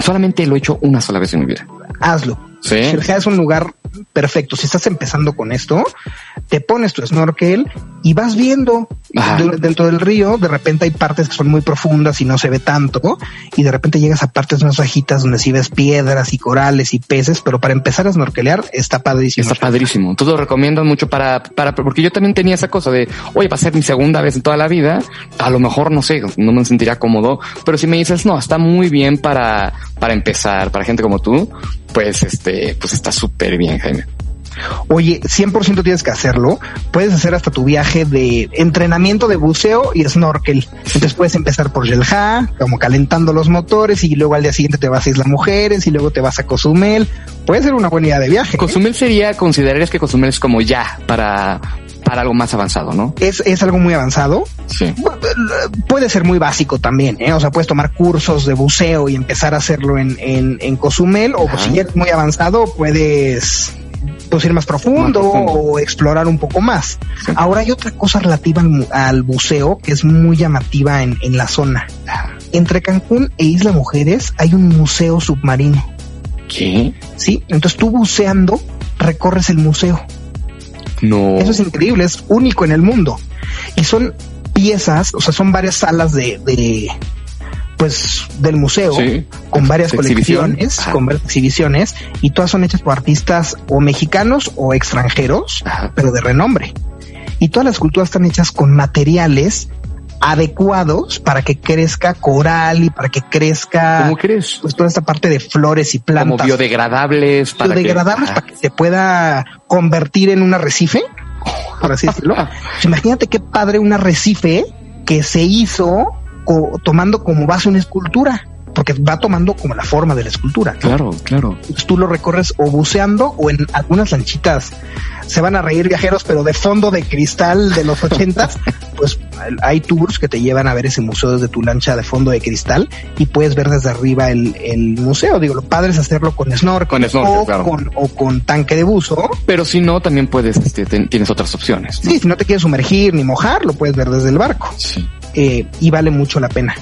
Speaker 2: Solamente lo he hecho una sola vez en mi vida.
Speaker 1: Hazlo.
Speaker 2: Sí.
Speaker 1: Shelja es un lugar perfecto. Si estás empezando con esto, te pones tu snorkel y vas viendo
Speaker 2: Ajá.
Speaker 1: Du- dentro del río. De repente hay partes que son muy profundas y no se ve tanto. Y de repente llegas a partes más bajitas donde sí ves piedras y corales y peces. Pero para empezar a snorkelear está padrísimo.
Speaker 2: Está padrísimo. Entonces lo recomiendo mucho para, para, porque yo también tenía esa cosa de, oye, va a ser mi segunda vez en toda la vida. A lo mejor no sé, no me sentiría cómodo, pero si me dices, no, está muy bien para, para empezar, para gente como tú, pues este, pues está súper bien, Jaime.
Speaker 1: Oye, 100% tienes que hacerlo. Puedes hacer hasta tu viaje de entrenamiento de buceo y snorkel. Entonces puedes empezar por Yelha, como calentando los motores y luego al día siguiente te vas a Isla Mujeres y luego te vas a Cozumel. Puede ser una buena idea de viaje. ¿eh?
Speaker 2: Cozumel sería, considerarías que Cozumel es como ya para, para algo más avanzado, ¿no?
Speaker 1: Es, es algo muy avanzado.
Speaker 2: Sí.
Speaker 1: Puede ser muy básico también, ¿eh? O sea, puedes tomar cursos de buceo y empezar a hacerlo en, en, en Cozumel o pues,
Speaker 2: Ajá.
Speaker 1: si ya eres muy avanzado puedes pues, ir más profundo,
Speaker 2: Más profundo.
Speaker 1: o explorar un poco más.
Speaker 2: Sí.
Speaker 1: Ahora hay otra cosa relativa al, mu- al buceo que es muy llamativa en, en la zona. Entre Cancún e Isla Mujeres hay un museo submarino,
Speaker 2: ¿Qué?
Speaker 1: ¿sí? Entonces tú buceando recorres el museo.
Speaker 2: No.
Speaker 1: Eso es increíble, es único en el mundo. Y son piezas, o sea, son varias salas de, de pues del museo
Speaker 2: Sí.
Speaker 1: con varias
Speaker 2: ¿De exhibición?
Speaker 1: colecciones,
Speaker 2: Ajá.
Speaker 1: con varias exhibiciones y todas son hechas por artistas o mexicanos o extranjeros,
Speaker 2: Ajá.
Speaker 1: pero de renombre. Y todas las culturas están hechas con materiales adecuados para que crezca coral y para que crezca
Speaker 2: ¿Cómo crees?
Speaker 1: pues toda esta parte de flores y
Speaker 2: Como
Speaker 1: plantas
Speaker 2: biodegradables. Para que- Ah,
Speaker 1: biodegradables
Speaker 2: Ajá.
Speaker 1: para que se pueda convertir en un arrecife, por así decirlo. Imagínate qué padre un arrecife que se hizo co- tomando como base una escultura, porque va tomando como la forma de la escultura. ¿no?
Speaker 2: Claro, claro.
Speaker 1: Entonces, pues, tú lo recorres o buceando o en algunas lanchitas. Se van a reír viajeros, pero de fondo de cristal de los ochentas, pues hay tours que te llevan a ver ese museo desde tu lancha de fondo de cristal y puedes ver desde arriba el, el museo. Digo, lo padre es hacerlo con snorkel,
Speaker 2: Con snorkel,
Speaker 1: o,
Speaker 2: claro.
Speaker 1: con, o con tanque de buzo.
Speaker 2: Pero si no, también puedes, este, ten- tienes otras opciones. ¿no?
Speaker 1: Sí, si no te quieres sumergir ni mojar, lo puedes ver desde el barco
Speaker 2: Sí.
Speaker 1: eh, y vale mucho la pena.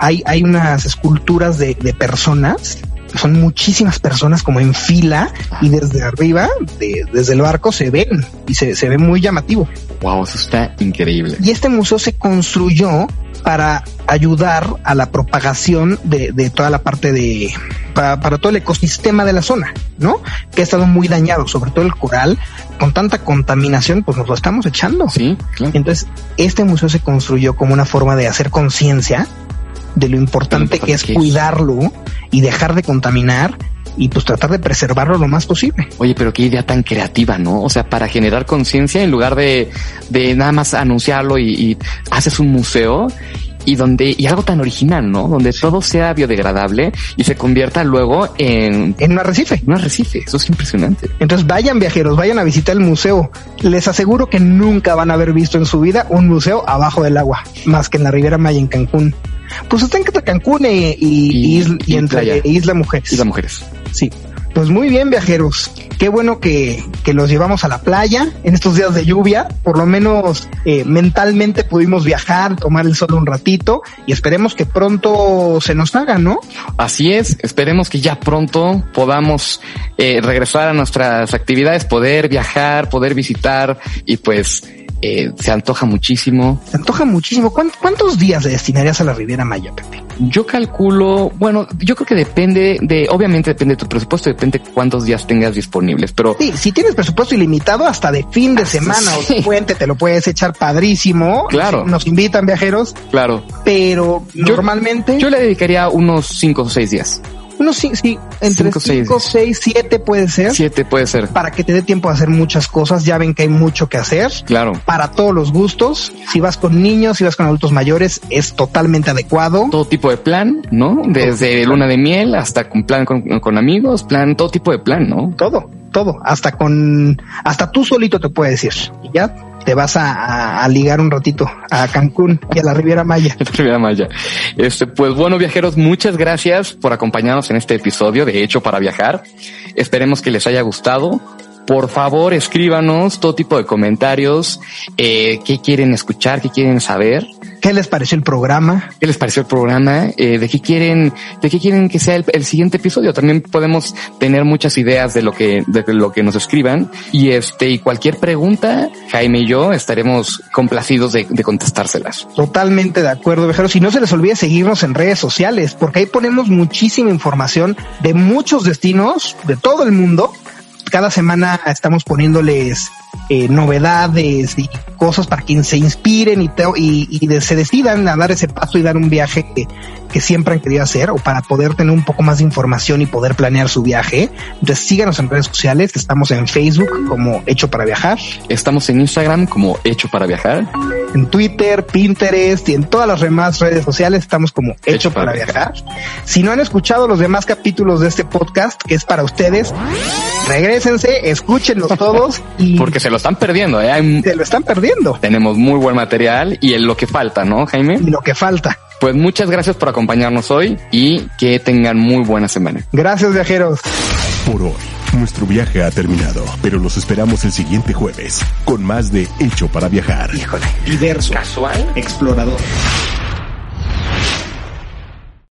Speaker 1: Hay, hay unas esculturas de, de personas, son muchísimas personas como en fila y desde arriba, de- desde el barco se ven y se, se ve muy llamativo.
Speaker 2: Wow, eso está increíble.
Speaker 1: Y este museo se construyó para ayudar a la propagación de, de toda la parte de, para, para todo el ecosistema de la zona, ¿no? Que ha estado muy dañado, sobre todo el coral, con tanta contaminación, pues nos lo estamos echando.
Speaker 2: Sí, claro.
Speaker 1: Entonces, este museo se construyó como una forma de hacer conciencia de lo importante que es
Speaker 2: que es.
Speaker 1: cuidarlo y dejar de contaminar y pues tratar de preservarlo lo más posible.
Speaker 2: Oye, pero qué idea tan creativa, ¿no? O sea, para generar conciencia en lugar de, de nada más anunciarlo y, y haces un museo y donde, y algo tan original, ¿no? Donde todo sea biodegradable y se convierta luego en
Speaker 1: En un arrecife.
Speaker 2: un arrecife. Eso es impresionante.
Speaker 1: Entonces vayan viajeros, vayan a visitar el museo. Les aseguro que nunca van a haber visto en su vida un museo abajo del agua, más que en la Riviera Maya en Cancún. Pues está entre Cancún e- y, y
Speaker 2: Y-
Speaker 1: isla, y
Speaker 2: y
Speaker 1: entre
Speaker 2: playa.
Speaker 1: Isla Mujeres.
Speaker 2: Y las mujeres.
Speaker 1: Sí. Pues muy bien, viajeros. Qué bueno que, que los llevamos a la playa en estos días de lluvia. Por lo menos eh, mentalmente pudimos viajar, tomar el sol un ratito y esperemos que pronto se nos haga, ¿no?
Speaker 2: Así es, esperemos que ya pronto podamos eh, regresar a nuestras actividades, poder viajar, poder visitar y pues eh, se antoja muchísimo.
Speaker 1: Se antoja muchísimo. ¿Cuán- ¿Cuántos días le destinarías a la Riviera Maya, Pepe?
Speaker 2: Yo calculo, bueno, yo creo que depende de, obviamente depende de tu presupuesto, depende cuántos días tengas disponibles, pero
Speaker 1: Sí, si tienes presupuesto ilimitado hasta de fin de semana o
Speaker 2: sí.
Speaker 1: de puente, te lo puedes echar padrísimo.
Speaker 2: Claro.
Speaker 1: Nos invitan viajeros,
Speaker 2: claro,
Speaker 1: pero
Speaker 2: Yo-
Speaker 1: normalmente
Speaker 2: yo le dedicaría unos cinco o seis días.
Speaker 1: unos sí, sí, entre
Speaker 2: Cinco, seis
Speaker 1: 5,
Speaker 2: días.
Speaker 1: 6, 7 puede ser.
Speaker 2: Siete puede ser,
Speaker 1: para que te dé tiempo de hacer muchas cosas. Ya ven que hay mucho que hacer
Speaker 2: claro.
Speaker 1: para todos los gustos. Si vas con niños, si vas con adultos mayores, es totalmente adecuado.
Speaker 2: Todo tipo de plan, ¿no? Desde luna de miel hasta con plan con, con amigos, plan, todo tipo de plan, ¿no?
Speaker 1: Todo, todo, hasta con, hasta tú solito te puedes ir y ya te vas a, a- a ligar un ratito a Cancún y a la Riviera Maya.
Speaker 2: Primera malla. Este, pues bueno, viajeros, muchas gracias por acompañarnos en este episodio de Hecho para Viajar. Esperemos que les haya gustado. Por favor, escríbanos todo tipo de comentarios, eh, qué quieren escuchar, qué quieren saber,
Speaker 1: ¿Qué les pareció el programa?
Speaker 2: qué les pareció el programa, eh, de qué quieren, de qué quieren que sea el, el siguiente episodio. También podemos tener muchas ideas de lo que, de lo que nos escriban y este, y cualquier pregunta, Jaime y yo estaremos complacidos de- de contestárselas.
Speaker 1: Totalmente de acuerdo, viajeros. Y no se les olvide seguirnos en redes sociales, porque ahí ponemos muchísima información de muchos destinos de todo el mundo. Cada semana estamos poniéndoles eh, novedades y cosas para que se inspiren y, te- y- y de- se decidan a dar ese paso y dar un viaje que, que siempre han querido hacer o para poder tener un poco más de información y poder planear su viaje. Entonces síganos en redes sociales, estamos en Facebook como Hecho para Viajar,
Speaker 2: Estamos en Instagram como Hecho para Viajar.
Speaker 1: en Twitter, Pinterest y en todas las demás redes sociales estamos como Hecho,
Speaker 2: Hecho
Speaker 1: para,
Speaker 2: para
Speaker 1: viajar. Si no han escuchado los demás capítulos de este podcast, que es para ustedes, regresense, escúchenlos todos y
Speaker 2: Porque se lo están perdiendo, ¿eh? Hay-
Speaker 1: se lo están perdiendo
Speaker 2: tenemos muy buen material y en lo que falta, ¿no, Jaime?
Speaker 1: y lo que falta.
Speaker 2: Pues muchas gracias por acompañarnos hoy y que tengan muy buena semana.
Speaker 1: Gracias viajeros.
Speaker 3: Por hoy, nuestro viaje ha terminado, pero los esperamos el siguiente jueves con más de Hecho para Viajar.
Speaker 1: Híjole, diverso,
Speaker 2: ¿Casual?
Speaker 1: explorador.